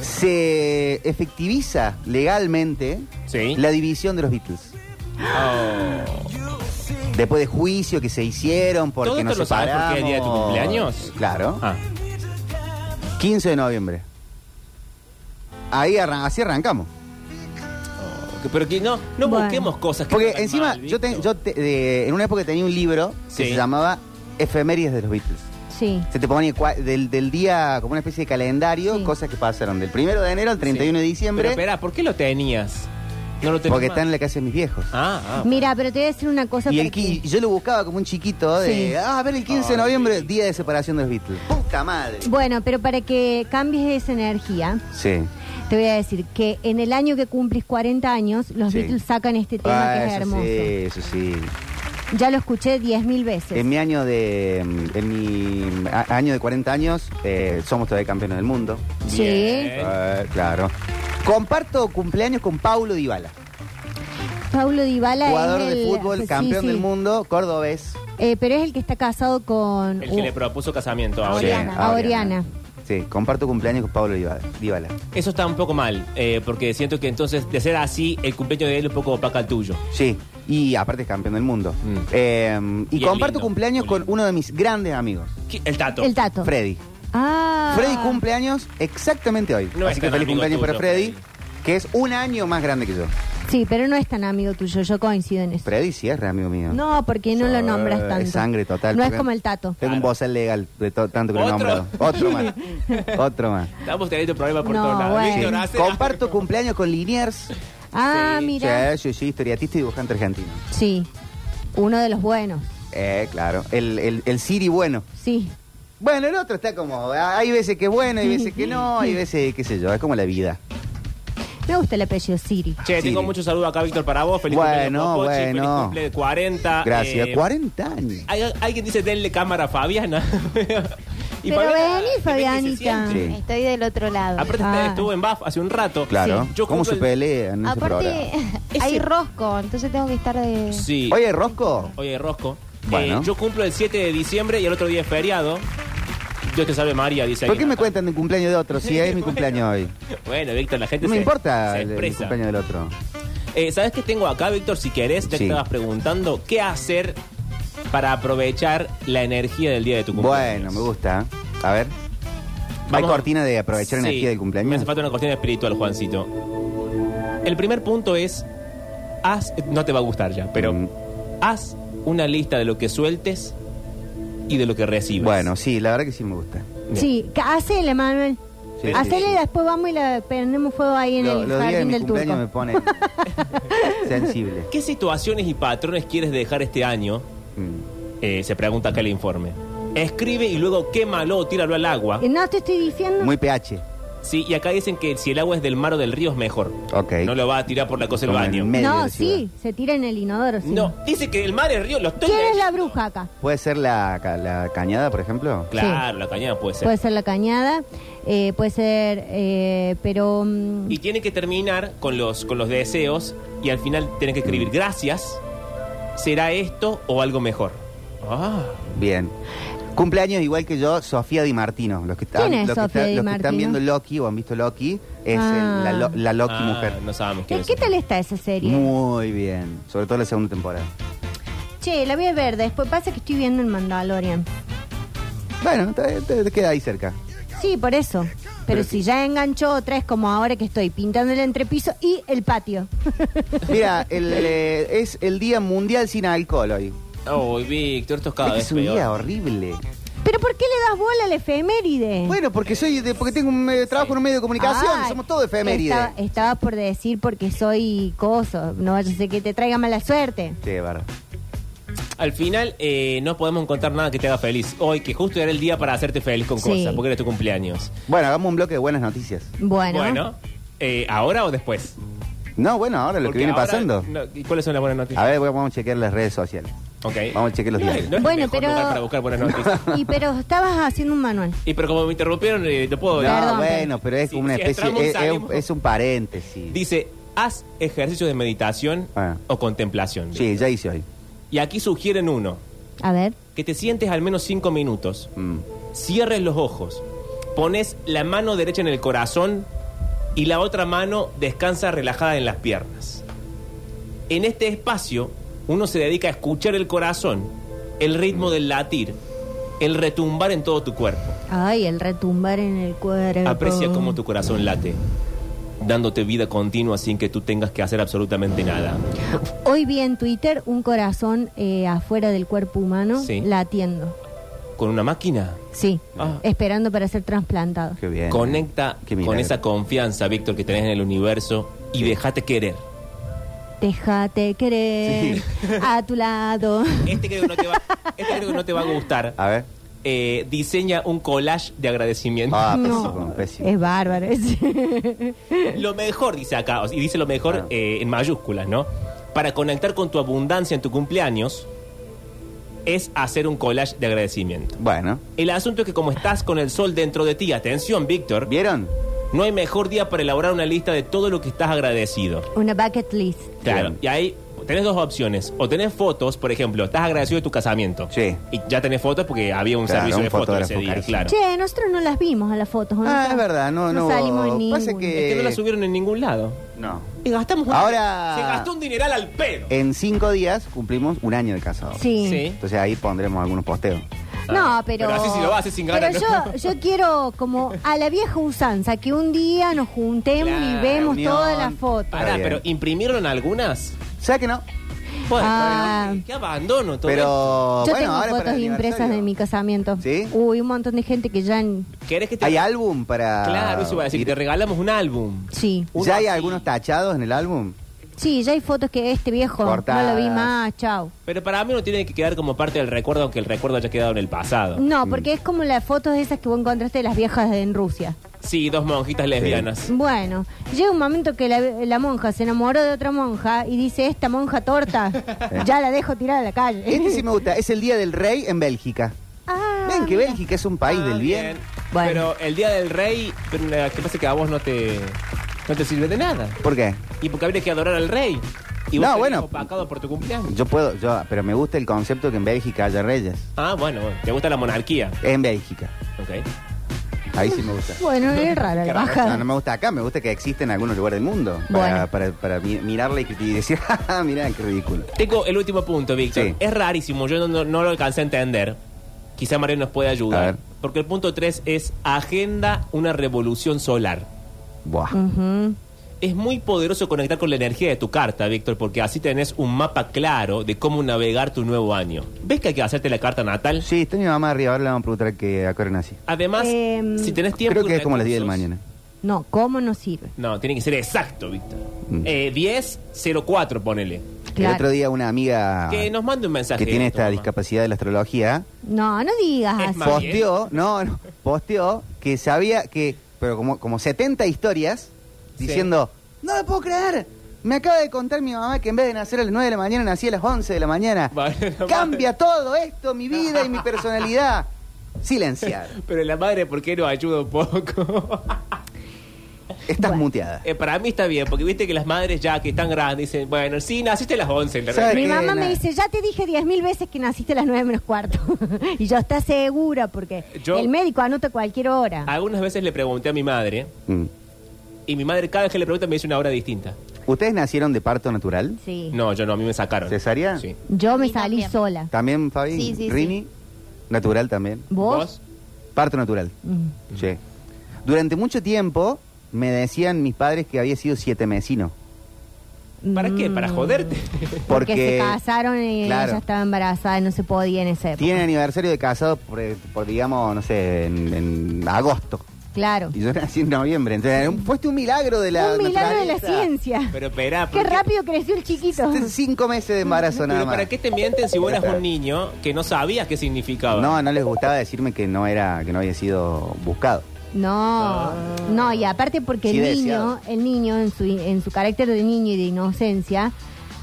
[SPEAKER 4] se efectiviza legalmente
[SPEAKER 1] Sí.
[SPEAKER 4] la división de los Beatles.
[SPEAKER 1] Oh.
[SPEAKER 4] Después de juicio que se hicieron
[SPEAKER 1] ¿Todo
[SPEAKER 4] porque
[SPEAKER 1] esto
[SPEAKER 4] nos
[SPEAKER 1] lo sabes
[SPEAKER 4] separamos.
[SPEAKER 1] porque es el día de tu cumpleaños?
[SPEAKER 4] Claro.
[SPEAKER 1] Ah.
[SPEAKER 4] 15 de noviembre. Ahí arran- así arrancamos.
[SPEAKER 1] Que- Pero que no, no
[SPEAKER 2] Bueno.
[SPEAKER 1] busquemos cosas que
[SPEAKER 4] Porque
[SPEAKER 1] hagan
[SPEAKER 4] encima,
[SPEAKER 1] mal,
[SPEAKER 4] yo, te-
[SPEAKER 1] Víctor.
[SPEAKER 4] yo te- de- en una época tenía un libro que
[SPEAKER 1] Sí.
[SPEAKER 4] se llamaba Efemérides de los Beatles.
[SPEAKER 2] Sí.
[SPEAKER 4] Se te ponía cua- del, del día como una especie de calendario,
[SPEAKER 2] Sí.
[SPEAKER 4] cosas que pasaron del 1 de enero al 31 de diciembre,
[SPEAKER 1] Pero espera, ¿por qué lo tenías? No lo tenías.
[SPEAKER 4] porque
[SPEAKER 1] más.
[SPEAKER 4] está en la casa de mis viejos.
[SPEAKER 1] Ah, ah.
[SPEAKER 2] Mira, pero te voy a decir una cosa.
[SPEAKER 4] Y el
[SPEAKER 2] porque-
[SPEAKER 4] qui- yo lo buscaba como un chiquito de,
[SPEAKER 2] Sí.
[SPEAKER 4] ah, a ver, el 15 de
[SPEAKER 1] Ay.
[SPEAKER 4] noviembre, día de separación de los Beatles. ¡Puta madre!
[SPEAKER 2] Bueno, pero para que cambies esa energía,
[SPEAKER 4] Sí.
[SPEAKER 2] te voy a decir que en el año que cumplís 40 años, los
[SPEAKER 4] Sí.
[SPEAKER 2] Beatles sacan este tema
[SPEAKER 4] Ah,
[SPEAKER 2] que es
[SPEAKER 4] eso
[SPEAKER 2] hermoso.
[SPEAKER 4] sí, eso sí.
[SPEAKER 2] Ya lo escuché 10.000 veces.
[SPEAKER 4] En mi año de en mi a- año de 40 años eh, somos todavía campeones del mundo.
[SPEAKER 2] Sí.
[SPEAKER 1] Bien.
[SPEAKER 4] Eh, claro. Comparto cumpleaños con Paulo Dybala,
[SPEAKER 2] Paulo Dybala
[SPEAKER 4] jugador
[SPEAKER 2] es el,
[SPEAKER 4] de fútbol,
[SPEAKER 2] sí,
[SPEAKER 4] campeón
[SPEAKER 2] sí.
[SPEAKER 4] del mundo, cordobés.
[SPEAKER 2] Eh, pero es el que está casado con
[SPEAKER 1] El que
[SPEAKER 2] uh,
[SPEAKER 1] le propuso casamiento ahora.
[SPEAKER 2] Oriana,
[SPEAKER 4] Sí,
[SPEAKER 2] a Oriana.
[SPEAKER 4] Sí, comparto cumpleaños con Paulo Dybala. Dybala.
[SPEAKER 1] Eso está un poco mal, eh, porque siento que entonces, de ser así, el cumpleaños de él un poco opaca el tuyo.
[SPEAKER 4] Sí, y aparte es campeón del mundo.
[SPEAKER 1] Mm.
[SPEAKER 4] Eh, y,
[SPEAKER 1] Y es
[SPEAKER 4] comparto
[SPEAKER 1] lindo,
[SPEAKER 4] cumpleaños
[SPEAKER 1] muy
[SPEAKER 4] con
[SPEAKER 1] lindo.
[SPEAKER 4] uno de mis grandes amigos,
[SPEAKER 1] ¿Qui- El tato.
[SPEAKER 2] el Tato.
[SPEAKER 4] Freddy.
[SPEAKER 2] Ah.
[SPEAKER 4] Freddy cumpleaños exactamente hoy.
[SPEAKER 1] No es
[SPEAKER 4] Así que
[SPEAKER 1] tan
[SPEAKER 4] feliz
[SPEAKER 1] amigo
[SPEAKER 4] cumpleaños
[SPEAKER 1] tuyo,
[SPEAKER 4] para Freddy,
[SPEAKER 1] Freddy.
[SPEAKER 4] que es un año más grande que yo.
[SPEAKER 2] Sí, pero no es tan amigo tuyo, yo coincido en eso.
[SPEAKER 4] Freddy Sierra, amigo mío.
[SPEAKER 2] No, porque no lo nombras
[SPEAKER 4] Eh,
[SPEAKER 2] tanto.
[SPEAKER 4] Es sangre total.
[SPEAKER 2] No es
[SPEAKER 4] porque
[SPEAKER 2] como el tato.
[SPEAKER 4] Tengo un
[SPEAKER 1] Claro.
[SPEAKER 4] bozal legal de to- tanto que lo he
[SPEAKER 1] ¿Otro?
[SPEAKER 4] nombrado. Otro más. Otro más.
[SPEAKER 1] Estamos teniendo problemas por
[SPEAKER 2] No,
[SPEAKER 1] todos lados.
[SPEAKER 2] bueno.
[SPEAKER 4] Sí.
[SPEAKER 1] Víctor, hace-
[SPEAKER 4] Comparto cumpleaños con Liniers.
[SPEAKER 2] Ah,
[SPEAKER 1] Sí,
[SPEAKER 2] mira.
[SPEAKER 4] Sí, yo soy historiatista y dibujante argentino.
[SPEAKER 2] Sí. Uno de los buenos.
[SPEAKER 4] Eh, claro. El, el, el Siri bueno.
[SPEAKER 2] Sí.
[SPEAKER 4] Bueno, el otro está como. ah, Hay veces que es bueno, hay veces que no, hay veces, qué sé yo. Es como la vida.
[SPEAKER 2] Me gusta el apellido Siri.
[SPEAKER 1] Che,
[SPEAKER 4] Sí.
[SPEAKER 1] tengo muchos saludos acá, Víctor, para vos. Feliz
[SPEAKER 4] Bueno,
[SPEAKER 1] cumpleaños, Popochi, Feliz
[SPEAKER 4] bueno.
[SPEAKER 1] cumple de 40.
[SPEAKER 4] Gracias.
[SPEAKER 1] eh,
[SPEAKER 4] 40 años.
[SPEAKER 1] Hay- alguien dice, denle cámara a Fabiana. Y
[SPEAKER 2] Pero
[SPEAKER 1] Fabiana,
[SPEAKER 2] vení,
[SPEAKER 1] que
[SPEAKER 2] Fabianita.
[SPEAKER 1] siempre.
[SPEAKER 4] Sí.
[SPEAKER 3] Estoy del otro lado.
[SPEAKER 1] Aparte,
[SPEAKER 2] Ah.
[SPEAKER 1] estuvo en BAF hace un rato.
[SPEAKER 4] Claro.
[SPEAKER 1] Yo
[SPEAKER 4] ¿Cómo
[SPEAKER 1] cumplo
[SPEAKER 4] se
[SPEAKER 1] el-
[SPEAKER 4] pelean en ese
[SPEAKER 3] Aparte,
[SPEAKER 4] programa?
[SPEAKER 3] hay
[SPEAKER 2] Ese-
[SPEAKER 3] rosco, entonces tengo que estar de...
[SPEAKER 1] Sí.
[SPEAKER 4] Oye, Rosco.
[SPEAKER 1] Oye, Rosco.
[SPEAKER 4] Bueno.
[SPEAKER 1] eh, yo cumplo el 7 de diciembre y el otro día es feriado. Dios te salve María, dice
[SPEAKER 4] ¿Por qué
[SPEAKER 1] alguien
[SPEAKER 4] me
[SPEAKER 1] acá.
[SPEAKER 4] cuentan del cumpleaños de otro si es mi cumpleaños hoy?
[SPEAKER 1] Bueno, Víctor, la gente
[SPEAKER 4] No me
[SPEAKER 1] Este se,
[SPEAKER 4] importa
[SPEAKER 1] se
[SPEAKER 4] el, el
[SPEAKER 1] expresa.
[SPEAKER 4] cumpleaños del otro.
[SPEAKER 1] Eh, ¿Sabes qué tengo acá, Víctor? Si querés, ya que
[SPEAKER 4] Sí.
[SPEAKER 1] estabas preguntando, ¿qué hacer para aprovechar la energía del día de tu cumpleaños?
[SPEAKER 4] Bueno, me gusta. ¿eh? A ver. ¿Hay
[SPEAKER 1] Vamos a-
[SPEAKER 4] cortina de aprovechar
[SPEAKER 1] Sí,
[SPEAKER 4] energía del
[SPEAKER 1] Me
[SPEAKER 4] cumpleaños?
[SPEAKER 1] hace falta una cuestión espiritual, Juancito. El primer punto es, haz, no te va a gustar ya, pero
[SPEAKER 4] Mm.
[SPEAKER 1] haz una lista de lo que sueltes y de lo que recibes.
[SPEAKER 4] Bueno, sí, la verdad que sí me gusta.
[SPEAKER 1] Bien.
[SPEAKER 2] Sí, ca- hacele, Manuel.
[SPEAKER 4] Sí, sí,
[SPEAKER 2] hacele
[SPEAKER 4] sí.
[SPEAKER 2] y después vamos y la prendemos fuego ahí en
[SPEAKER 4] Lo-
[SPEAKER 2] el
[SPEAKER 4] los días de
[SPEAKER 2] jardín
[SPEAKER 4] mi
[SPEAKER 2] del
[SPEAKER 4] cumpleaños
[SPEAKER 2] turco.
[SPEAKER 4] me pone sensible.
[SPEAKER 1] ¿Qué situaciones y patrones quieres dejar este año?
[SPEAKER 4] Mm.
[SPEAKER 1] Eh, se pregunta acá el informe. Escribe y luego quémalo o tíralo al agua.
[SPEAKER 2] Eh, No te estoy diciendo.
[SPEAKER 4] Muy pH.
[SPEAKER 1] Sí, y acá dicen que si el agua es del mar o del río es mejor.
[SPEAKER 4] Ok.
[SPEAKER 1] No lo va a tirar por la cosa del
[SPEAKER 4] Como en
[SPEAKER 1] baño.
[SPEAKER 4] medio de
[SPEAKER 2] No,
[SPEAKER 4] la
[SPEAKER 2] sí, se tira en el inodoro. sí.
[SPEAKER 1] No, dice que el mar y el río lo estoy
[SPEAKER 2] ¿Quién es
[SPEAKER 1] leyendo.
[SPEAKER 2] la bruja acá?
[SPEAKER 4] ¿Puede ser la, ca- la cañada, por ejemplo?
[SPEAKER 1] Claro, la cañada puede ser.
[SPEAKER 2] Puede ser la cañada, eh, puede ser, eh, pero mm,
[SPEAKER 1] Y tiene que terminar con los, con los deseos y al final tiene que escribir
[SPEAKER 4] Mm.
[SPEAKER 1] gracias. ¿Será esto o algo mejor? Ah,
[SPEAKER 4] Bien. Cumpleaños igual que yo, Sofía Di Martino. Los que, están-
[SPEAKER 2] ¿Quién es
[SPEAKER 4] los que
[SPEAKER 2] Sofía
[SPEAKER 4] están-
[SPEAKER 2] Di
[SPEAKER 4] los que están
[SPEAKER 2] Martino?
[SPEAKER 4] viendo Loki o han visto Loki, es
[SPEAKER 2] Ah.
[SPEAKER 4] el- la, lo- la Loki
[SPEAKER 1] ah,
[SPEAKER 4] mujer.
[SPEAKER 1] No sabemos quién
[SPEAKER 2] ¿qué,
[SPEAKER 1] es.
[SPEAKER 2] qué tal está esa serie?
[SPEAKER 4] Muy bien. Sobre todo la segunda temporada.
[SPEAKER 2] Che, la voy a ver después. Pasa que estoy viendo el Mandalorian.
[SPEAKER 4] Bueno, te, te- te queda ahí cerca.
[SPEAKER 2] Sí, por eso. Pero,
[SPEAKER 4] Pero
[SPEAKER 2] si
[SPEAKER 4] sí.
[SPEAKER 2] ya enganchó otra es como ahora que estoy pintando el entrepiso y el patio.
[SPEAKER 4] Mira, el, eh, es el Día Mundial sin Alcohol hoy.
[SPEAKER 1] Oh, Víctor, esto es cada
[SPEAKER 4] Es que
[SPEAKER 1] vez
[SPEAKER 4] es un
[SPEAKER 1] peor.
[SPEAKER 4] día horrible.
[SPEAKER 2] Pero ¿por qué le das bola al efeméride?
[SPEAKER 4] Bueno, porque soy de- porque tengo un eh, trabajo en un medio de comunicación,
[SPEAKER 2] Ay,
[SPEAKER 4] somos todos efemérides.
[SPEAKER 2] Estaba, estaba por decir porque soy coso. No vaya a ser que te traiga mala suerte.
[SPEAKER 4] Sí, es verdad.
[SPEAKER 1] Al final eh, no podemos encontrar nada que te haga feliz. Hoy, que justo era el día para hacerte feliz con
[SPEAKER 2] Sí.
[SPEAKER 1] cosas, porque era tu cumpleaños.
[SPEAKER 4] Bueno, hagamos un bloque de buenas noticias.
[SPEAKER 2] Bueno.
[SPEAKER 1] Bueno, eh, ¿ahora o después?
[SPEAKER 4] No, bueno, ahora lo que
[SPEAKER 1] Porque
[SPEAKER 4] viene
[SPEAKER 1] ahora-
[SPEAKER 4] pasando.
[SPEAKER 1] no, ¿Y cuáles son las buenas noticias?
[SPEAKER 4] A ver, vamos a chequear las redes sociales.
[SPEAKER 1] Ok.
[SPEAKER 4] Vamos a chequear los
[SPEAKER 1] No,
[SPEAKER 4] diarios.
[SPEAKER 1] no es
[SPEAKER 2] Bueno,
[SPEAKER 1] el mejor
[SPEAKER 2] pero-
[SPEAKER 1] lugar para buscar buenas noticias.
[SPEAKER 2] Y pero estabas haciendo un manual.
[SPEAKER 1] y pero como me interrumpieron, eh, no puedo...
[SPEAKER 4] No,
[SPEAKER 2] Perdón,
[SPEAKER 4] bueno, pero es
[SPEAKER 1] Sí,
[SPEAKER 4] una
[SPEAKER 1] sí,
[SPEAKER 4] especie,
[SPEAKER 1] entramos,
[SPEAKER 4] es, es un,
[SPEAKER 1] salimos.
[SPEAKER 4] es un paréntesis.
[SPEAKER 1] Dice, haz ejercicio de meditación
[SPEAKER 4] Ah.
[SPEAKER 1] o contemplación.
[SPEAKER 4] Sí, ya hice hoy.
[SPEAKER 1] Y aquí sugieren uno,
[SPEAKER 2] A ver.
[SPEAKER 1] que te sientes al menos cinco minutos,
[SPEAKER 4] Mm.
[SPEAKER 1] cierres los ojos, pones la mano derecha en el corazón y la otra mano descansa relajada en las piernas. En este espacio, uno se dedica a escuchar el corazón, el ritmo del latir, el retumbar en todo tu cuerpo.
[SPEAKER 2] Ay, el retumbar en el cuerpo.
[SPEAKER 1] Aprecia cómo tu corazón late, dándote vida continua sin que tú tengas que hacer absolutamente nada.
[SPEAKER 2] Hoy vi en Twitter un corazón eh, afuera del cuerpo humano
[SPEAKER 1] Sí.
[SPEAKER 2] latiendo.
[SPEAKER 1] Con una máquina,
[SPEAKER 2] Sí.
[SPEAKER 1] Ah.
[SPEAKER 2] Esperando para ser trasplantado.
[SPEAKER 4] Qué bien.
[SPEAKER 1] conecta
[SPEAKER 4] Qué
[SPEAKER 1] con
[SPEAKER 4] milagro.
[SPEAKER 1] esa confianza, Víctor, que tenés en el universo y déjate querer.
[SPEAKER 2] Déjate querer a tu lado.
[SPEAKER 1] Este creo que no te va, este creo que no te va a gustar.
[SPEAKER 4] A ver.
[SPEAKER 1] Eh, diseña un collage de agradecimiento.
[SPEAKER 4] Ah, pésimo,
[SPEAKER 2] No,
[SPEAKER 4] pésimo.
[SPEAKER 2] es bárbaro. es-
[SPEAKER 1] Lo mejor, dice acá, o sea, y dice lo mejor
[SPEAKER 4] Ah.
[SPEAKER 1] eh, en mayúsculas, ¿no? Para conectar con tu abundancia en tu cumpleaños, es hacer un collage de agradecimiento.
[SPEAKER 4] Bueno,
[SPEAKER 1] El asunto es que como estás con el sol dentro de ti, atención, Víctor,
[SPEAKER 4] ¿vieron?
[SPEAKER 1] no hay mejor día para elaborar una lista de todo lo que estás agradecido.
[SPEAKER 2] Una bucket list.
[SPEAKER 1] Claro,
[SPEAKER 4] Bien.
[SPEAKER 1] y ahí tenés dos opciones. O tenés fotos, por ejemplo, estás agradecido de tu casamiento.
[SPEAKER 4] Sí.
[SPEAKER 1] Y ya tenés fotos porque había un
[SPEAKER 4] Claro,
[SPEAKER 1] servicio
[SPEAKER 4] un
[SPEAKER 1] de fotos
[SPEAKER 4] fotógrafo
[SPEAKER 1] ese día,
[SPEAKER 4] carísimo.
[SPEAKER 1] claro.
[SPEAKER 2] Che, nosotros no las vimos a las fotos. ¿o
[SPEAKER 4] Ah, es verdad, no, no.
[SPEAKER 2] salimos en
[SPEAKER 4] pasa
[SPEAKER 2] ninguna.
[SPEAKER 4] que-
[SPEAKER 1] Es que no la subieron en ningún lado.
[SPEAKER 4] No.
[SPEAKER 1] Y gastamos
[SPEAKER 4] Ahora-
[SPEAKER 1] Se gastó un dineral al pedo.
[SPEAKER 4] Eh, En cinco días cumplimos un año de casado.
[SPEAKER 2] Sí.
[SPEAKER 1] Sí. Ah.
[SPEAKER 4] Entonces ahí pondremos algunos posteos.
[SPEAKER 2] No, pero.
[SPEAKER 1] Pero así si lo vas a hacer sin ganas,
[SPEAKER 2] Pero
[SPEAKER 1] ¿no?
[SPEAKER 2] yo, yo quiero, como a la vieja usanza, que un día nos juntemos
[SPEAKER 1] Claro,
[SPEAKER 2] y vemos
[SPEAKER 4] unión.
[SPEAKER 2] todas las fotos.
[SPEAKER 4] Para-
[SPEAKER 1] Pará,
[SPEAKER 4] bien.
[SPEAKER 1] pero ¿imprimieron algunas?
[SPEAKER 4] ¿Sabes que no?
[SPEAKER 1] Bueno,
[SPEAKER 2] Ah.
[SPEAKER 1] está bien. qué abandono todo
[SPEAKER 4] Pero
[SPEAKER 2] Yo
[SPEAKER 4] Oh, bueno,
[SPEAKER 2] tengo
[SPEAKER 4] ahora para
[SPEAKER 2] fotos
[SPEAKER 4] el
[SPEAKER 2] impresas
[SPEAKER 4] aniversario.
[SPEAKER 2] de mi casamiento.
[SPEAKER 4] ¿Sí?
[SPEAKER 2] Uy, un montón de gente que ya. en-
[SPEAKER 1] esto. ¿Querés que te...
[SPEAKER 4] ¿Hay álbum para.?
[SPEAKER 1] Claro, eso iba a decir,
[SPEAKER 4] ir?
[SPEAKER 1] te regalamos un álbum.
[SPEAKER 2] Sí.
[SPEAKER 1] Uno
[SPEAKER 4] ¿Ya hay
[SPEAKER 1] así.
[SPEAKER 4] algunos tachados en el álbum?
[SPEAKER 2] Sí, ya hay fotos que este viejo no
[SPEAKER 4] Cortadas.
[SPEAKER 2] lo vi más, chao.
[SPEAKER 1] Pero para mí no tiene que quedar como parte del recuerdo, aunque el recuerdo haya quedado en el pasado.
[SPEAKER 4] Mm.
[SPEAKER 2] No, porque es como las fotos esas que vos encontraste de las viejas de- en Rusia.
[SPEAKER 1] Sí, dos monjitas lesbianas.
[SPEAKER 2] Bueno, llega un momento que la, la monja se enamoró de otra monja y dice, esta monja torta, ya la dejo tirar a la
[SPEAKER 4] Eh. Este sí
[SPEAKER 2] calle.
[SPEAKER 4] me gusta. Es el Día del Rey en Bélgica.
[SPEAKER 2] ¿Eh? Ah,
[SPEAKER 4] Ven que
[SPEAKER 2] mira.
[SPEAKER 4] Bélgica es un país
[SPEAKER 1] Ah,
[SPEAKER 4] del bien.
[SPEAKER 2] Bueno.
[SPEAKER 1] Pero el Día del Rey, pero, eh, ¿qué pasa que a vos no te, no te sirve de nada?
[SPEAKER 4] ¿Por qué?
[SPEAKER 1] Y porque habría que adorar al rey. Y vos
[SPEAKER 4] No,
[SPEAKER 1] tenés
[SPEAKER 4] bueno.
[SPEAKER 1] opacado por tu cumpleaños.
[SPEAKER 4] Yo puedo, yo, pero me gusta el concepto que en Bélgica haya reyes.
[SPEAKER 1] Ah, bueno, bueno, te gusta la monarquía.
[SPEAKER 4] En Bélgica.
[SPEAKER 1] Ok.
[SPEAKER 4] Ahí sí me gusta. Ah,
[SPEAKER 2] Bueno, es rara la
[SPEAKER 1] Carajo,
[SPEAKER 2] bajada.
[SPEAKER 4] No, no me gusta acá, me gusta que existe en algunos lugares del mundo. Para,
[SPEAKER 2] Bueno.
[SPEAKER 4] para- para mi- mirarla y, y decir, "Ja, ja, mirá, qué ridículo.
[SPEAKER 1] Tengo el último punto, Víctor.
[SPEAKER 4] Sí.
[SPEAKER 1] Es rarísimo, yo no, no lo alcancé a entender. Quizá Mario nos puede
[SPEAKER 4] A
[SPEAKER 1] ayudar.
[SPEAKER 4] ver.
[SPEAKER 1] Porque el punto 3 es agenda una revolución solar.
[SPEAKER 4] Buah.
[SPEAKER 2] Mm. Ujú.
[SPEAKER 1] Es muy poderoso conectar con la energía de tu carta, Víctor, porque así tenés un mapa claro de cómo navegar tu nuevo año. ¿Ves que hay que hacerte la carta natal?
[SPEAKER 4] Sí, está mi mamá arriba, ahora le vamos a preguntar que a qué hora nací.
[SPEAKER 1] Además,
[SPEAKER 2] Em,
[SPEAKER 1] si tenés tiempo...
[SPEAKER 4] Creo
[SPEAKER 1] y
[SPEAKER 4] que es como las 10 de la
[SPEAKER 1] recursos-
[SPEAKER 4] mañana.
[SPEAKER 2] No, ¿cómo no sirve?
[SPEAKER 1] No, tiene que ser exacto, Víctor.
[SPEAKER 4] Mm.
[SPEAKER 1] Eh, 10.04, ponele.
[SPEAKER 4] El
[SPEAKER 2] Claro.
[SPEAKER 4] otro día una amiga
[SPEAKER 1] Que nos mande un mensaje.
[SPEAKER 4] Ah. que tiene
[SPEAKER 1] de
[SPEAKER 4] esta
[SPEAKER 1] tu mamá.
[SPEAKER 4] discapacidad de la astrología
[SPEAKER 2] No, no digas
[SPEAKER 1] Es
[SPEAKER 2] así.
[SPEAKER 1] Más bien.
[SPEAKER 4] posteó, no, no, posteó que sabía que, pero como, como 70 historias
[SPEAKER 1] Sí.
[SPEAKER 4] diciendo, no lo puedo creer. Me acaba de contar mi mamá que en vez de nacer a las 9 de la mañana, nací a las 11 de la mañana.
[SPEAKER 1] Vale, la
[SPEAKER 4] Cambia todo esto, mi vida y mi personalidad. Silenciar.
[SPEAKER 1] Pero la madre, ¿por qué nos ayuda un poco?
[SPEAKER 4] Estás
[SPEAKER 2] Bueno.
[SPEAKER 4] muteada.
[SPEAKER 1] Eh, para mí está bien, porque viste que las madres ya que están grandes dicen, bueno, sí, naciste a las 11. en realidad.
[SPEAKER 4] ¿Sabe
[SPEAKER 2] Mi
[SPEAKER 4] qué,
[SPEAKER 2] mamá me
[SPEAKER 4] nena?
[SPEAKER 2] dice, ya te dije 10.000 veces que naciste a las 9 menos cuarto. y yo está segura porque
[SPEAKER 1] Yo- Ah.
[SPEAKER 2] el médico anota cualquier hora.
[SPEAKER 1] Algunas veces le pregunté a mi madre,
[SPEAKER 4] Mm.
[SPEAKER 1] y mi madre cada vez que le pregunta me dice una hora distinta.
[SPEAKER 4] ¿Ustedes nacieron de parto natural?
[SPEAKER 2] Sí.
[SPEAKER 1] No, yo no, a mí me sacaron.
[SPEAKER 4] ¿Cesárea?
[SPEAKER 1] Sí.
[SPEAKER 2] Yo me
[SPEAKER 3] Sí,
[SPEAKER 2] salí
[SPEAKER 3] también.
[SPEAKER 2] sola.
[SPEAKER 4] ¿También, Fabi?
[SPEAKER 3] Sí, sí,
[SPEAKER 4] ¿Rini? Natural también.
[SPEAKER 2] ¿Vos?
[SPEAKER 4] Parto natural.
[SPEAKER 2] Mm.
[SPEAKER 4] Sí. Durante mucho tiempo me decían mis padres que había sido siete mesino.
[SPEAKER 1] ¿Para qué? ¿Para
[SPEAKER 2] Mm.
[SPEAKER 1] joderte?
[SPEAKER 2] Porque, se
[SPEAKER 4] Porque-
[SPEAKER 2] casaron y
[SPEAKER 4] Claro.
[SPEAKER 2] ella estaba embarazada y no se podía en esa época.
[SPEAKER 4] Tiene aniversario de casado por, por, digamos, no sé, en, en agosto.
[SPEAKER 2] Claro.
[SPEAKER 4] Y yo nací en noviembre. Entonces, un- fuiste un milagro de la
[SPEAKER 2] Un milagro de la
[SPEAKER 4] naturaleza.
[SPEAKER 2] ciencia.
[SPEAKER 1] Pero esperá,
[SPEAKER 2] qué
[SPEAKER 1] ¿por
[SPEAKER 2] rápido creció el chiquito.
[SPEAKER 4] Este es Cinco meses de embarazo nada
[SPEAKER 1] Pero
[SPEAKER 4] más.
[SPEAKER 1] ¿para qué te mienten si vos eras un niño que no sabías qué significaba?
[SPEAKER 4] No, no les gustaba decirme que no era, que no había sido buscado.
[SPEAKER 2] No, no, y aparte porque
[SPEAKER 4] Sí,
[SPEAKER 2] el
[SPEAKER 4] deseado.
[SPEAKER 2] niño, el niño en su, en su carácter de niño y de inocencia,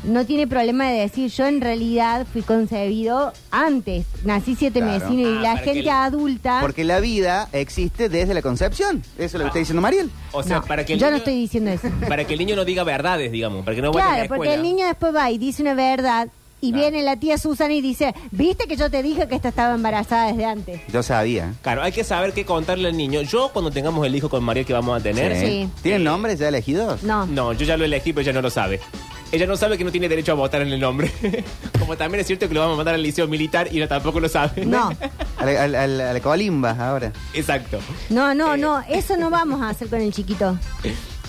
[SPEAKER 2] no tiene problema de decir yo en realidad fui concebido antes, nací siete
[SPEAKER 4] Claro.
[SPEAKER 2] meses y
[SPEAKER 1] Ah,
[SPEAKER 2] la
[SPEAKER 1] para
[SPEAKER 2] gente
[SPEAKER 1] que el-
[SPEAKER 2] adulta...
[SPEAKER 4] Porque la vida existe desde la concepción. Eso es lo que está diciendo Mariel.
[SPEAKER 1] O sea,
[SPEAKER 2] No,
[SPEAKER 1] para que el
[SPEAKER 2] yo no
[SPEAKER 1] niño-
[SPEAKER 2] estoy diciendo eso.
[SPEAKER 1] Para que el niño no diga verdades, digamos, para que no vaya a la
[SPEAKER 2] claro,
[SPEAKER 1] escuela.
[SPEAKER 2] porque el niño después va y dice una verdad y
[SPEAKER 1] Claro.
[SPEAKER 2] viene la tía Susana y dice, viste que yo te dije que esta estaba embarazada desde antes.
[SPEAKER 4] Yo sabía.
[SPEAKER 1] Claro, hay que saber qué contarle al niño. Yo, cuando tengamos el hijo con María que vamos a tener,
[SPEAKER 2] Sí.
[SPEAKER 4] ¿Tienen nombres ya elegidos?
[SPEAKER 2] No.
[SPEAKER 1] No, yo ya lo elegí, pero ella no lo sabe. Ella no sabe que no tiene derecho a votar en el nombre. Como también es cierto que lo vamos a mandar al liceo militar y ella tampoco lo sabe.
[SPEAKER 2] No,
[SPEAKER 4] A la, a la- a la- a la colimba ahora.
[SPEAKER 1] Exacto.
[SPEAKER 2] no, no, no, eso no vamos a hacer con el chiquito.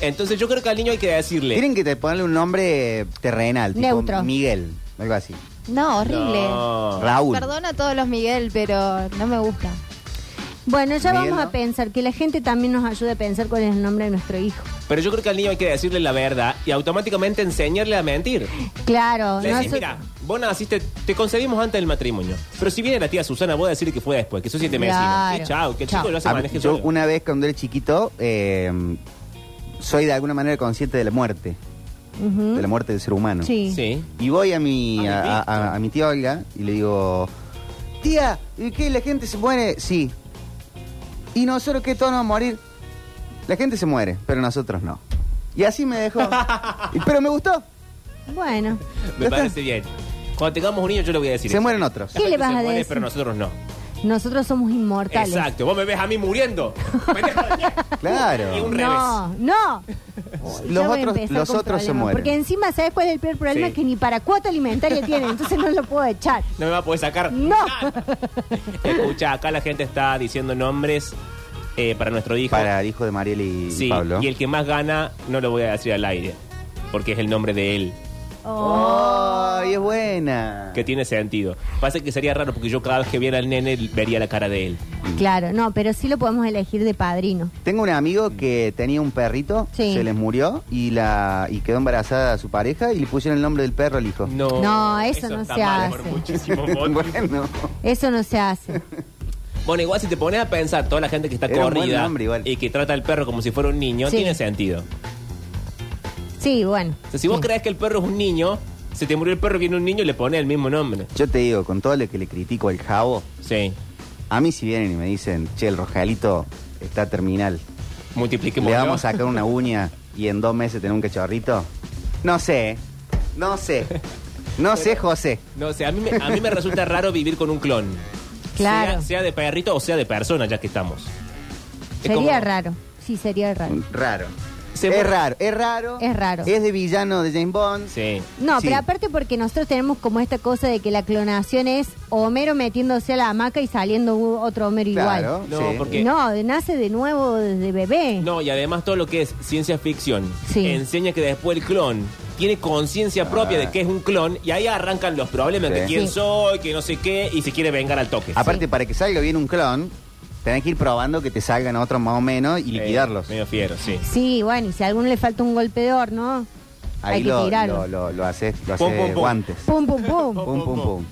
[SPEAKER 1] Entonces yo creo que al niño hay que decirle.
[SPEAKER 4] Tienen que te- ponerle un nombre terrenal. tipo
[SPEAKER 2] Neutro.
[SPEAKER 4] Miguel, algo así.
[SPEAKER 3] No, horrible.
[SPEAKER 1] No.
[SPEAKER 4] Raúl.
[SPEAKER 3] Perdona a todos los Miguel, pero no me gusta.
[SPEAKER 2] Bueno, ya
[SPEAKER 4] Miguel,
[SPEAKER 2] vamos a
[SPEAKER 4] ¿no?
[SPEAKER 2] pensar, que la gente también nos ayude a pensar cuál es el nombre de nuestro hijo.
[SPEAKER 1] Pero yo creo que al niño hay que decirle la verdad y automáticamente enseñarle a mentir.
[SPEAKER 2] Claro,
[SPEAKER 1] Le
[SPEAKER 2] no
[SPEAKER 1] decís,
[SPEAKER 2] so-
[SPEAKER 1] mira, vos naciste, te concebimos antes del matrimonio. Pero si viene la tía Susana, vos decirle que fue después, que sos siete meses.
[SPEAKER 2] Claro.
[SPEAKER 1] Sí, chao, que el
[SPEAKER 2] Chao.
[SPEAKER 1] chico ya se
[SPEAKER 4] A-
[SPEAKER 1] maneje
[SPEAKER 4] Ah, yo
[SPEAKER 1] solo.
[SPEAKER 4] una vez cuando era chiquito, eh, soy de alguna manera consciente de la muerte,
[SPEAKER 2] Ujú.
[SPEAKER 4] de la muerte del ser humano.
[SPEAKER 2] ¿Mm? Sí.
[SPEAKER 1] Sí.
[SPEAKER 4] Y voy a mi,
[SPEAKER 1] Ay,
[SPEAKER 4] a, a- a-
[SPEAKER 1] Víctor.
[SPEAKER 4] a mi tía Olga y le digo, tía, ¿y qué? ¿La gente se muere? Sí. ¿Y nosotros qué todos nos vamos a morir? La gente se muere, pero nosotros no. Y así me dejó. Y- pero me gustó.
[SPEAKER 2] Bueno,
[SPEAKER 1] Me parece bien. Cuando tengamos un niño, yo le voy a decir.
[SPEAKER 4] Se
[SPEAKER 1] eso.
[SPEAKER 4] mueren otros.
[SPEAKER 1] La gente
[SPEAKER 2] ¿Qué le vas
[SPEAKER 1] se
[SPEAKER 2] a
[SPEAKER 1] muere,
[SPEAKER 2] decir?
[SPEAKER 1] Pero nosotros no.
[SPEAKER 2] Nosotros somos inmortales.
[SPEAKER 1] Exacto, vos me ves a mí muriendo. Me dejas-
[SPEAKER 4] Claro.
[SPEAKER 1] Y un revés.
[SPEAKER 2] No, no. Ya
[SPEAKER 4] Los
[SPEAKER 2] voy a
[SPEAKER 4] otros,
[SPEAKER 2] empezar
[SPEAKER 4] los
[SPEAKER 2] con
[SPEAKER 4] otros se
[SPEAKER 2] problemas,
[SPEAKER 4] mueren.
[SPEAKER 2] Porque encima, ¿sabes cuál es el peor problema?
[SPEAKER 1] Sí.
[SPEAKER 2] Que ni para cuota alimentaria tienen, entonces no lo puedo echar.
[SPEAKER 1] No me va a poder sacar.
[SPEAKER 2] No.
[SPEAKER 1] nada. Escucha, acá la gente está diciendo nombres eh, para nuestro hijo.
[SPEAKER 4] Para el hijo de Mariel y
[SPEAKER 1] Sí,
[SPEAKER 4] Pablo.
[SPEAKER 1] y el que más gana, no lo voy a decir al aire, porque es el nombre de él,
[SPEAKER 4] ¡Oh! y es buena!
[SPEAKER 1] que tiene sentido. Pasa que sería raro, porque yo cada vez que viera al nene, vería la cara de él.
[SPEAKER 2] Claro, no, pero sí lo podemos elegir de padrino.
[SPEAKER 4] Tengo un amigo que tenía un perrito,
[SPEAKER 2] Sí.
[SPEAKER 4] se les murió y la y quedó embarazada su pareja y le pusieron el nombre del perro al hijo.
[SPEAKER 1] No,
[SPEAKER 2] No, eso no
[SPEAKER 1] está
[SPEAKER 2] se
[SPEAKER 1] mal por
[SPEAKER 2] hace.
[SPEAKER 1] muchísimos motivos.
[SPEAKER 4] bueno,
[SPEAKER 2] Eso no se hace.
[SPEAKER 1] Bueno, igual si te pones a pensar, toda la gente que está
[SPEAKER 4] Era un buen
[SPEAKER 1] corrida
[SPEAKER 4] nombre igual.
[SPEAKER 1] y que trata al perro como si fuera un niño,
[SPEAKER 2] Sí.
[SPEAKER 1] tiene sentido.
[SPEAKER 2] Sí, bueno.
[SPEAKER 1] O sea, si vos
[SPEAKER 2] Sí.
[SPEAKER 1] crees que el perro es un niño, se te murió el perro que era un niño y le pones el mismo nombre.
[SPEAKER 4] yo te digo, con todo lo que le critico al jabo,
[SPEAKER 1] Sí,
[SPEAKER 4] a mí si vienen y me dicen, che, el rojalito está terminal,
[SPEAKER 1] multipliquemos.
[SPEAKER 4] le vamos a sacar una uña y en dos meses tener un cachorrito, no sé, no sé, no sé, José.
[SPEAKER 1] No, o sea, a mí, me, a mí me resulta raro vivir con un clon.
[SPEAKER 2] Claro.
[SPEAKER 1] Sea, sea de perrito o sea de persona, ya que estamos. Es
[SPEAKER 2] Sería
[SPEAKER 1] como-
[SPEAKER 2] raro. Sí, sería raro.
[SPEAKER 4] Raro.
[SPEAKER 1] Se
[SPEAKER 4] es
[SPEAKER 1] mu-
[SPEAKER 4] raro, es raro.
[SPEAKER 2] Es raro.
[SPEAKER 4] Es de villano de James Bond.
[SPEAKER 1] Sí.
[SPEAKER 2] No,
[SPEAKER 4] Sí.
[SPEAKER 2] pero aparte porque nosotros tenemos como esta cosa de que la clonación es Homero metiéndose a la hamaca y saliendo u- otro Homero
[SPEAKER 4] Claro.
[SPEAKER 2] igual.
[SPEAKER 1] No,
[SPEAKER 4] sí.
[SPEAKER 1] porque- ¿Qué?
[SPEAKER 2] No, nace de nuevo desde bebé.
[SPEAKER 1] No, y además todo lo que es ciencia ficción
[SPEAKER 2] Sí.
[SPEAKER 1] enseña que después el clon tiene conciencia propia de que es un clon y ahí arrancan los problemas
[SPEAKER 4] Ah. Sí. Ah,
[SPEAKER 1] de quién
[SPEAKER 2] Sí.
[SPEAKER 1] soy, que no sé qué, y se quiere vengar al toque.
[SPEAKER 4] Aparte, para que salga bien un clon, tenés que ir probando que te salgan otros más o menos y
[SPEAKER 1] Eh,
[SPEAKER 4] liquidarlos.
[SPEAKER 1] medio fiero, sí.
[SPEAKER 2] Sí, bueno, y si a alguno le falta un golpe de horno,
[SPEAKER 4] Ahí
[SPEAKER 2] hay que
[SPEAKER 4] lo,
[SPEAKER 2] tirarlo.
[SPEAKER 4] lo, lo, lo haces, lo
[SPEAKER 1] Pum,
[SPEAKER 4] haces
[SPEAKER 1] pum, pum.
[SPEAKER 4] guantes.
[SPEAKER 2] Pum, pum, pum.
[SPEAKER 4] Pum, pum, pum.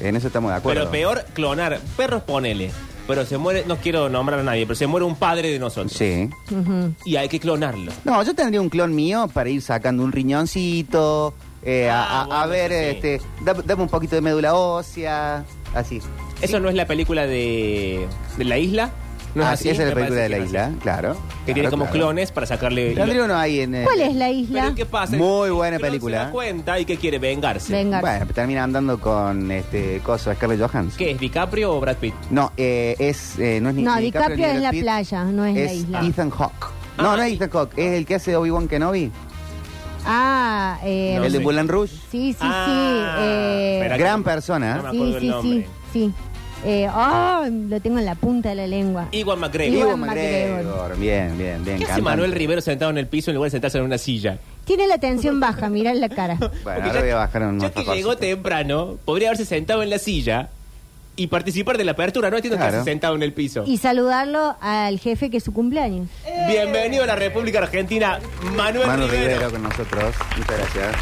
[SPEAKER 4] En eso estamos de acuerdo.
[SPEAKER 1] Pero peor, clonar. Perros, ponele. Pero se muere, no quiero nombrar a nadie, pero se muere un padre de nosotros.
[SPEAKER 4] Sí.
[SPEAKER 2] Ujú.
[SPEAKER 1] Y hay que clonarlo.
[SPEAKER 4] No, yo tendría un clon mío para ir sacando un riñoncito, eh, a-
[SPEAKER 1] Ah,
[SPEAKER 4] a,
[SPEAKER 1] bueno,
[SPEAKER 4] a ver,
[SPEAKER 1] sí.
[SPEAKER 4] este, da- dame un poquito de médula ósea, así.
[SPEAKER 1] ¿Eso no es la película de, de la isla? ¿No es
[SPEAKER 4] Ah,
[SPEAKER 1] así?
[SPEAKER 4] Esa es
[SPEAKER 1] Me
[SPEAKER 4] la película
[SPEAKER 1] parece
[SPEAKER 4] de la
[SPEAKER 1] que es
[SPEAKER 4] isla,
[SPEAKER 1] así.
[SPEAKER 4] claro.
[SPEAKER 1] Que tiene
[SPEAKER 4] claro,
[SPEAKER 1] como
[SPEAKER 4] claro.
[SPEAKER 1] clones para sacarle...
[SPEAKER 4] Tendría uno ahí en... eh,
[SPEAKER 2] ¿Cuál es la
[SPEAKER 1] Pero
[SPEAKER 2] isla?
[SPEAKER 1] ¿qué pasa?
[SPEAKER 4] Muy
[SPEAKER 1] El
[SPEAKER 4] buena
[SPEAKER 1] clon Se
[SPEAKER 4] película.
[SPEAKER 1] da cuenta y que quiere vengarse.
[SPEAKER 2] Venga.
[SPEAKER 4] Bueno, termina andando con este coso, Scarlett Johansson.
[SPEAKER 1] ¿Qué es DiCaprio o Brad Pitt?
[SPEAKER 4] No, eh, es, eh, no es ni
[SPEAKER 2] No,
[SPEAKER 4] ni
[SPEAKER 2] DiCaprio
[SPEAKER 4] ni
[SPEAKER 2] es la
[SPEAKER 4] Brad Pitt.
[SPEAKER 2] playa, no es la isla.
[SPEAKER 4] Ethan Hawke. No,
[SPEAKER 1] Ah,
[SPEAKER 4] no es
[SPEAKER 1] y-
[SPEAKER 4] Ethan Hawke, es el que hace Obi-Wan Kenobi,
[SPEAKER 2] Ah, eh,
[SPEAKER 1] No
[SPEAKER 4] el de
[SPEAKER 1] sé.
[SPEAKER 4] Moulin Rouge.
[SPEAKER 2] sí, sí,
[SPEAKER 1] Ah,
[SPEAKER 2] sí. eh,
[SPEAKER 1] espera.
[SPEAKER 4] Gran
[SPEAKER 1] No me
[SPEAKER 4] persona.
[SPEAKER 1] acuerdo
[SPEAKER 2] sí,
[SPEAKER 1] el
[SPEAKER 2] sí, sí,
[SPEAKER 1] nombre.
[SPEAKER 2] sí. Eh, ah, lo tengo en la punta de la lengua.
[SPEAKER 1] Iwan McGregor.
[SPEAKER 2] Iwan
[SPEAKER 4] Ewan McGregor. Bien, bien, bien.
[SPEAKER 1] ¿Qué hace
[SPEAKER 4] cantante.
[SPEAKER 1] Manuel Rivero sentado en el piso en lugar de sentarse en una silla?
[SPEAKER 2] Tiene la tensión baja, mirá la cara.
[SPEAKER 4] Bueno,
[SPEAKER 1] Porque
[SPEAKER 4] ahora voy a bajar un
[SPEAKER 1] ya
[SPEAKER 4] otra
[SPEAKER 1] que
[SPEAKER 4] cosa.
[SPEAKER 1] llegó temprano, podría haberse sentado en la silla y participar de la apertura. No entiendo que
[SPEAKER 4] Claro.
[SPEAKER 1] hace sentado en el piso.
[SPEAKER 2] Y saludarlo al jefe que es su cumpleaños.
[SPEAKER 1] Bienvenido a la República Argentina, Manuel,
[SPEAKER 4] Manuel
[SPEAKER 1] Rivero.
[SPEAKER 4] Rivero con nosotros. Muchas gracias.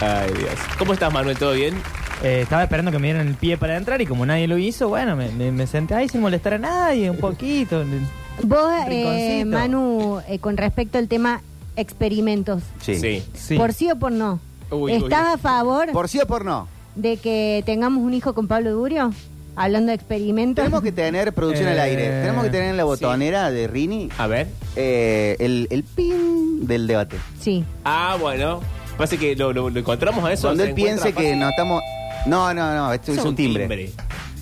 [SPEAKER 1] Ay, Dios. ¿Cómo estás, Manuel? ¿Todo bien?
[SPEAKER 5] Eh, estaba esperando que me dieran el pie para entrar y como nadie lo hizo, bueno, me, me- me senté ahí sin molestar a nadie, un poquito.
[SPEAKER 2] Vos, eh,
[SPEAKER 5] Rinconcito.
[SPEAKER 2] Manu, eh, con respecto al tema experimentos,
[SPEAKER 4] Sí.
[SPEAKER 5] Sí.
[SPEAKER 2] ¿por sí o por no?
[SPEAKER 1] Uy,
[SPEAKER 2] ¿Estás
[SPEAKER 1] uy.
[SPEAKER 2] a favor
[SPEAKER 4] ¿Por sí o por no?
[SPEAKER 2] de que tengamos un hijo con Pablo Durio? Hablando de experimentos.
[SPEAKER 4] Tenemos que tener producción
[SPEAKER 5] Eh,
[SPEAKER 4] al aire. Tenemos que tener
[SPEAKER 1] Eh,
[SPEAKER 4] en la botonera de Rini
[SPEAKER 1] A ver.
[SPEAKER 4] eh, el, el pin del debate.
[SPEAKER 2] Sí.
[SPEAKER 1] Ah, bueno. Pasa que lo, lo- lo encontramos a eso.
[SPEAKER 4] Cuando
[SPEAKER 1] se
[SPEAKER 4] él piense
[SPEAKER 1] encuentra
[SPEAKER 4] que
[SPEAKER 1] fácil.
[SPEAKER 4] no estamos... No, no, no, esto
[SPEAKER 1] Eso
[SPEAKER 4] es un timbre.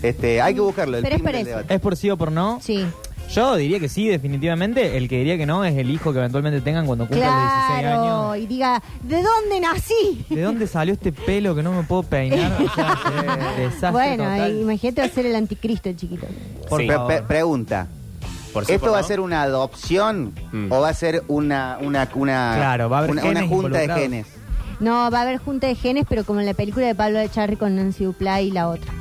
[SPEAKER 4] Este, hay que buscarlo, el
[SPEAKER 2] Pero es
[SPEAKER 4] pin del
[SPEAKER 2] parecido.
[SPEAKER 4] debate.
[SPEAKER 5] ¿Es por sí o por no?
[SPEAKER 2] Sí.
[SPEAKER 5] Yo diría que sí, definitivamente. El que diría que no es el hijo que eventualmente tengan cuando cumplan
[SPEAKER 2] Claro.
[SPEAKER 5] los 16 años.
[SPEAKER 2] Y diga, ¿de dónde nací?
[SPEAKER 5] ¿De dónde salió este pelo que no me puedo peinar? O sea, sería un desastre
[SPEAKER 2] bueno,
[SPEAKER 5] total.
[SPEAKER 2] imagínate hacer el anticristo, chiquito.
[SPEAKER 5] Por
[SPEAKER 1] Sí.
[SPEAKER 4] Pe-
[SPEAKER 5] favor.
[SPEAKER 4] pe- pregunta.
[SPEAKER 1] Por sí,
[SPEAKER 4] ¿Esto
[SPEAKER 1] por
[SPEAKER 4] va a
[SPEAKER 1] no.
[SPEAKER 4] ser una adopción
[SPEAKER 1] Mm.
[SPEAKER 4] o va a ser una una una,
[SPEAKER 5] Claro, va a haber
[SPEAKER 4] una,
[SPEAKER 5] genes
[SPEAKER 4] una junta de
[SPEAKER 5] involucrados.
[SPEAKER 4] genes?
[SPEAKER 2] No, va a haber junta de genes, pero como en la película de Pablo de Charri con Nancy Duplá y la otra.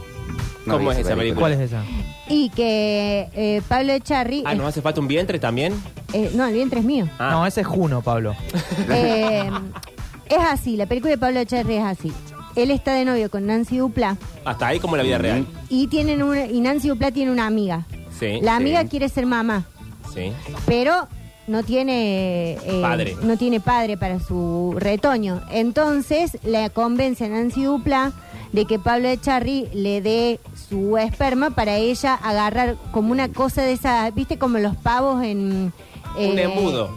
[SPEAKER 4] No
[SPEAKER 1] ¿Cómo
[SPEAKER 4] vi
[SPEAKER 1] es esa película?
[SPEAKER 5] ¿Cuál es esa?
[SPEAKER 2] Y que eh, Pablo de Charri.
[SPEAKER 1] Ah, ¿nos hace falta un vientre también?
[SPEAKER 2] eh, no, el vientre es mío.
[SPEAKER 1] Ah.
[SPEAKER 5] No, ese es Juno, Pablo.
[SPEAKER 2] Eh, es así, la película de Pablo Echarri es así. Él está de novio con Nancy Dupla
[SPEAKER 1] Hasta ahí como la vida
[SPEAKER 4] Mm.
[SPEAKER 1] real.
[SPEAKER 2] y tienen una, y Nancy Dupla tiene una amiga.
[SPEAKER 1] Sí.
[SPEAKER 5] Eh,
[SPEAKER 2] La amiga
[SPEAKER 4] sí.
[SPEAKER 2] quiere ser mamá,
[SPEAKER 1] Sí.
[SPEAKER 2] pero no tiene eh,
[SPEAKER 1] Padre.
[SPEAKER 2] no tiene padre para su retoño. Entonces le convence a Nancy Dupla de que Pablo Echarri le dé su esperma para ella agarrar como una cosa de esas, viste como los pavos en eh,
[SPEAKER 1] Un embudo.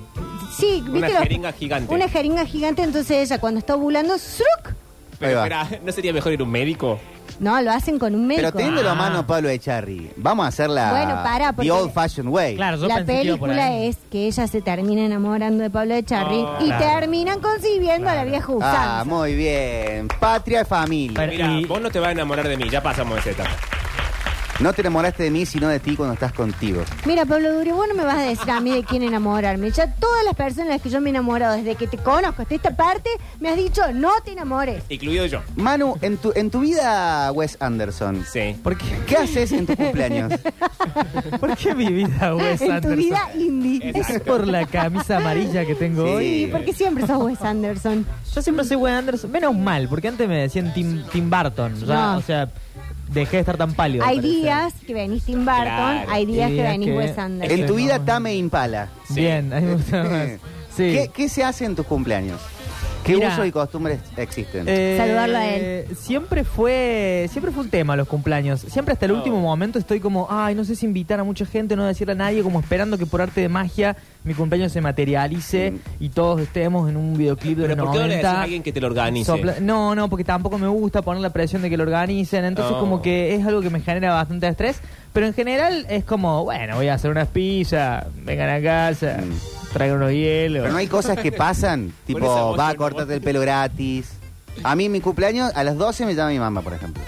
[SPEAKER 2] Sí,
[SPEAKER 1] Una
[SPEAKER 2] viste los-
[SPEAKER 1] jeringa gigante.
[SPEAKER 2] Una jeringa gigante, entonces ella cuando está ovulando, ¡zruk!
[SPEAKER 1] Pero
[SPEAKER 4] Ahí va.
[SPEAKER 1] espera, ¿no sería mejor ir a un médico?
[SPEAKER 2] No, lo hacen con un médico.
[SPEAKER 4] Pero téndelo a
[SPEAKER 5] Ah.
[SPEAKER 4] mano Pablo Echarri. Vamos a hacerla
[SPEAKER 2] Bueno, pará, porque-
[SPEAKER 4] the old fashioned way.
[SPEAKER 5] Claro, Ah, yo
[SPEAKER 2] La
[SPEAKER 5] pensé que iba por
[SPEAKER 2] película
[SPEAKER 5] ahí.
[SPEAKER 2] es que ella se termina enamorando de Pablo Echarri
[SPEAKER 1] Oh,
[SPEAKER 2] y
[SPEAKER 5] claro.
[SPEAKER 2] terminan concibiendo a la
[SPEAKER 5] Claro.
[SPEAKER 2] vieja usanza.
[SPEAKER 4] Ah, muy bien. Patria y familia.
[SPEAKER 5] Pero-
[SPEAKER 1] Mira,
[SPEAKER 5] y-
[SPEAKER 1] vos no te vas a enamorar de mí, ya pasamos esa etapa.
[SPEAKER 4] No te enamoraste de mí, sino de ti cuando estás contigo.
[SPEAKER 2] Mira, Pablo Durio, vos no me vas a decir a mí de quién enamorarme. Ya todas las personas de las que yo me he enamorado desde que te conozco hasta esta parte, me has dicho no te enamores.
[SPEAKER 1] Incluido yo.
[SPEAKER 4] Manu, en tu, en tu vida, Wes Anderson,
[SPEAKER 1] Sí.
[SPEAKER 5] ¿Por qué,
[SPEAKER 4] ¿qué haces en tu cumpleaños?
[SPEAKER 5] ¿Por qué mi vida, Wes
[SPEAKER 2] en tu
[SPEAKER 5] Anderson?
[SPEAKER 2] vida indie.
[SPEAKER 1] Exacto.
[SPEAKER 5] Es por la camisa amarilla que tengo
[SPEAKER 4] Sí.
[SPEAKER 5] hoy.
[SPEAKER 2] Sí, porque siempre sos Wes Anderson.
[SPEAKER 5] Yo siempre soy Wes Anderson. Menos mal, porque antes me decían Tim, Tim Burton. Ya,
[SPEAKER 2] No.
[SPEAKER 5] O sea, dejé de estar tan pálido.
[SPEAKER 2] Hay
[SPEAKER 5] me parece.
[SPEAKER 2] días que venís Tim Burton,
[SPEAKER 1] Claro.
[SPEAKER 2] hay días que
[SPEAKER 5] Días
[SPEAKER 2] venís
[SPEAKER 5] que-
[SPEAKER 2] Wes Anderson.
[SPEAKER 4] en tu
[SPEAKER 5] no,
[SPEAKER 4] vida,
[SPEAKER 5] no.
[SPEAKER 4] Tame Impala.
[SPEAKER 1] Sí.
[SPEAKER 5] Bien, ahí me gusta más. Sí.
[SPEAKER 4] ¿Qué, qué se hace en tus cumpleaños? ¿Qué
[SPEAKER 5] Mira.
[SPEAKER 4] usos y costumbres existen?
[SPEAKER 5] Eh,
[SPEAKER 2] Saludarlo a él.
[SPEAKER 5] Siempre fue, siempre fue un tema los cumpleaños. Siempre hasta el
[SPEAKER 1] Oh.
[SPEAKER 5] último momento estoy como, ay, no sé si invitar a mucha gente, no decirle a nadie, como esperando que por arte de magia mi cumpleaños se materialice
[SPEAKER 4] Mm.
[SPEAKER 5] y todos estemos en un videoclip de
[SPEAKER 1] Pero
[SPEAKER 5] los
[SPEAKER 1] ¿por qué no le decís
[SPEAKER 5] 90.
[SPEAKER 1] a alguien que te lo organice?
[SPEAKER 5] Sopla- No, no, porque tampoco me gusta poner la presión de que lo organicen. Entonces,
[SPEAKER 1] Oh.
[SPEAKER 5] como que es algo que me genera bastante estrés. Pero en general es como, bueno, voy a hacer unas pizzas, vengan a casa, traigan unos hielos.
[SPEAKER 4] Pero no hay cosas que pasan,
[SPEAKER 1] Con esa
[SPEAKER 4] tipo,
[SPEAKER 1] voz
[SPEAKER 4] va
[SPEAKER 1] yo
[SPEAKER 4] a
[SPEAKER 1] no
[SPEAKER 4] cortarte
[SPEAKER 1] voy.
[SPEAKER 4] el pelo gratis. A mí, en mi cumpleaños, a las 12 me llama mi mamá, por ejemplo.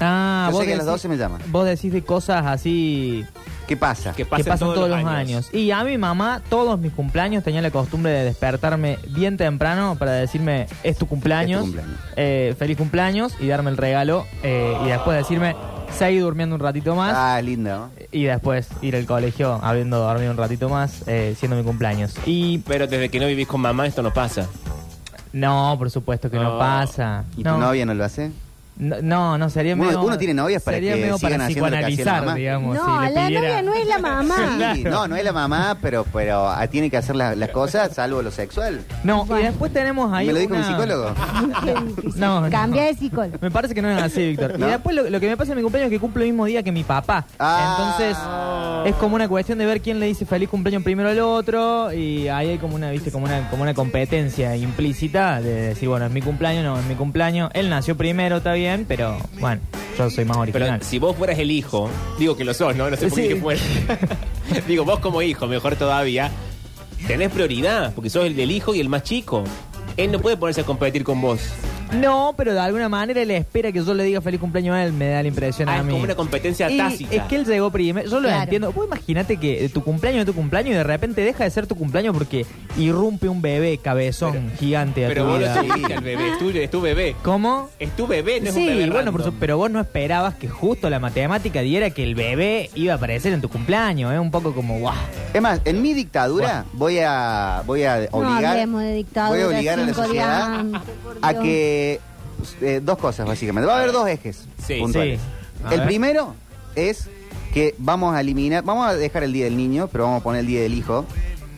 [SPEAKER 5] Ah,
[SPEAKER 4] Yo
[SPEAKER 5] vos
[SPEAKER 4] sé que a las
[SPEAKER 5] decís-
[SPEAKER 4] 12 me llama.
[SPEAKER 5] Vos decís de cosas así
[SPEAKER 4] ¿Qué pasa?
[SPEAKER 1] Que
[SPEAKER 5] que pasan todos, los años. Y a mi mamá, todos mis cumpleaños, tenía la costumbre de despertarme bien temprano para decirme, es tu
[SPEAKER 4] Es
[SPEAKER 5] cumpleaños,
[SPEAKER 4] tu cumpleaños.
[SPEAKER 5] eh, feliz cumpleaños, y darme el regalo, eh, y después decirme, seguí durmiendo un ratito más.
[SPEAKER 4] Ah, lindo. ¿no?
[SPEAKER 5] Y después ir al colegio habiendo dormido un ratito más, eh, siendo mi cumpleaños. Y
[SPEAKER 1] Pero desde que no vivís con mamá, esto no pasa.
[SPEAKER 5] no, por supuesto que no,
[SPEAKER 1] No.
[SPEAKER 5] pasa.
[SPEAKER 4] ¿Y
[SPEAKER 5] no,
[SPEAKER 4] tu novia no lo hace?
[SPEAKER 5] No, no, no, sería
[SPEAKER 4] Uno-
[SPEAKER 5] medio-
[SPEAKER 4] uno tiene novias para
[SPEAKER 5] sería
[SPEAKER 4] que
[SPEAKER 5] medio
[SPEAKER 4] sigan
[SPEAKER 5] para
[SPEAKER 4] haciendo lo que hacía la
[SPEAKER 5] psicoanalizar,
[SPEAKER 4] mamá.
[SPEAKER 5] digamos.
[SPEAKER 2] no,
[SPEAKER 5] si le
[SPEAKER 2] la
[SPEAKER 5] pidiera-
[SPEAKER 2] novia no es la mamá.
[SPEAKER 4] Sí, no, no es la mamá, pero, pero ah, tiene que hacer la- las cosas, salvo lo sexual.
[SPEAKER 5] No, y
[SPEAKER 2] Bueno.
[SPEAKER 5] después tenemos ahí
[SPEAKER 4] ¿Me lo dijo
[SPEAKER 5] una-
[SPEAKER 4] mi psicólogo?
[SPEAKER 2] Qué difícil.
[SPEAKER 5] No, no.
[SPEAKER 2] Cambia de psicólogo.
[SPEAKER 5] Me parece que no es así, Víctor.
[SPEAKER 4] ¿No?
[SPEAKER 5] Y después lo, lo que me pasa en mi cumpleaños es que cumplo el mismo día que mi papá.
[SPEAKER 4] Ah.
[SPEAKER 5] Entonces es como una cuestión de ver quién le dice feliz cumpleaños primero al otro y ahí hay como una, viste, como una, como una competencia implícita de decir, bueno, es mi cumpleaños, no, es mi cumpleaños. Él nació primero, está bien, pero bueno, yo soy más
[SPEAKER 1] Pero
[SPEAKER 5] original.
[SPEAKER 1] si vos fueras el hijo, digo que lo sos, ¿no? No sé por qué
[SPEAKER 5] Sí.
[SPEAKER 1] que fuera. digo, vos como hijo, mejor todavía, tenés prioridad, porque sos el del hijo y el más chico. Él no puede ponerse a competir con vos.
[SPEAKER 5] No, pero de alguna manera él espera que yo le diga feliz cumpleaños a él, me da la impresión
[SPEAKER 1] Ah,
[SPEAKER 5] a
[SPEAKER 1] es
[SPEAKER 5] mí.
[SPEAKER 1] como una competencia
[SPEAKER 5] Y
[SPEAKER 1] tácita.
[SPEAKER 5] Es que él llegó primero. Yo lo
[SPEAKER 2] Claro.
[SPEAKER 5] entiendo. Vos imaginate que tu cumpleaños es tu cumpleaños y de repente deja de ser tu cumpleaños porque irrumpe un bebé cabezón gigante a
[SPEAKER 1] Pero
[SPEAKER 5] tu
[SPEAKER 1] vos
[SPEAKER 5] vida.
[SPEAKER 1] lo tuviste al bebé, es tu, es tu bebé.
[SPEAKER 5] ¿Cómo?
[SPEAKER 1] Es tu bebé, no es un bebé
[SPEAKER 5] Sí, bueno, por
[SPEAKER 1] random.
[SPEAKER 5] su- pero vos no esperabas que justo la matemática diera que el bebé iba a aparecer en tu cumpleaños, ¿eh? Un poco como, guau.
[SPEAKER 4] Es más, en mi dictadura voy a, voy a
[SPEAKER 2] no
[SPEAKER 4] obligar,
[SPEAKER 2] hablemos de dictadura.
[SPEAKER 4] voy a, obligar a la
[SPEAKER 2] cinco
[SPEAKER 4] sociedad
[SPEAKER 2] días antes, por
[SPEAKER 4] a
[SPEAKER 2] Dios.
[SPEAKER 4] que... eh, dos cosas, básicamente. Va a haber dos ejes
[SPEAKER 1] Sí,
[SPEAKER 4] puntuales.
[SPEAKER 5] sí. A
[SPEAKER 4] El
[SPEAKER 5] ver.
[SPEAKER 4] primero es que vamos a eliminar... Vamos a dejar el Día del Niño, pero vamos a poner el Día del Hijo.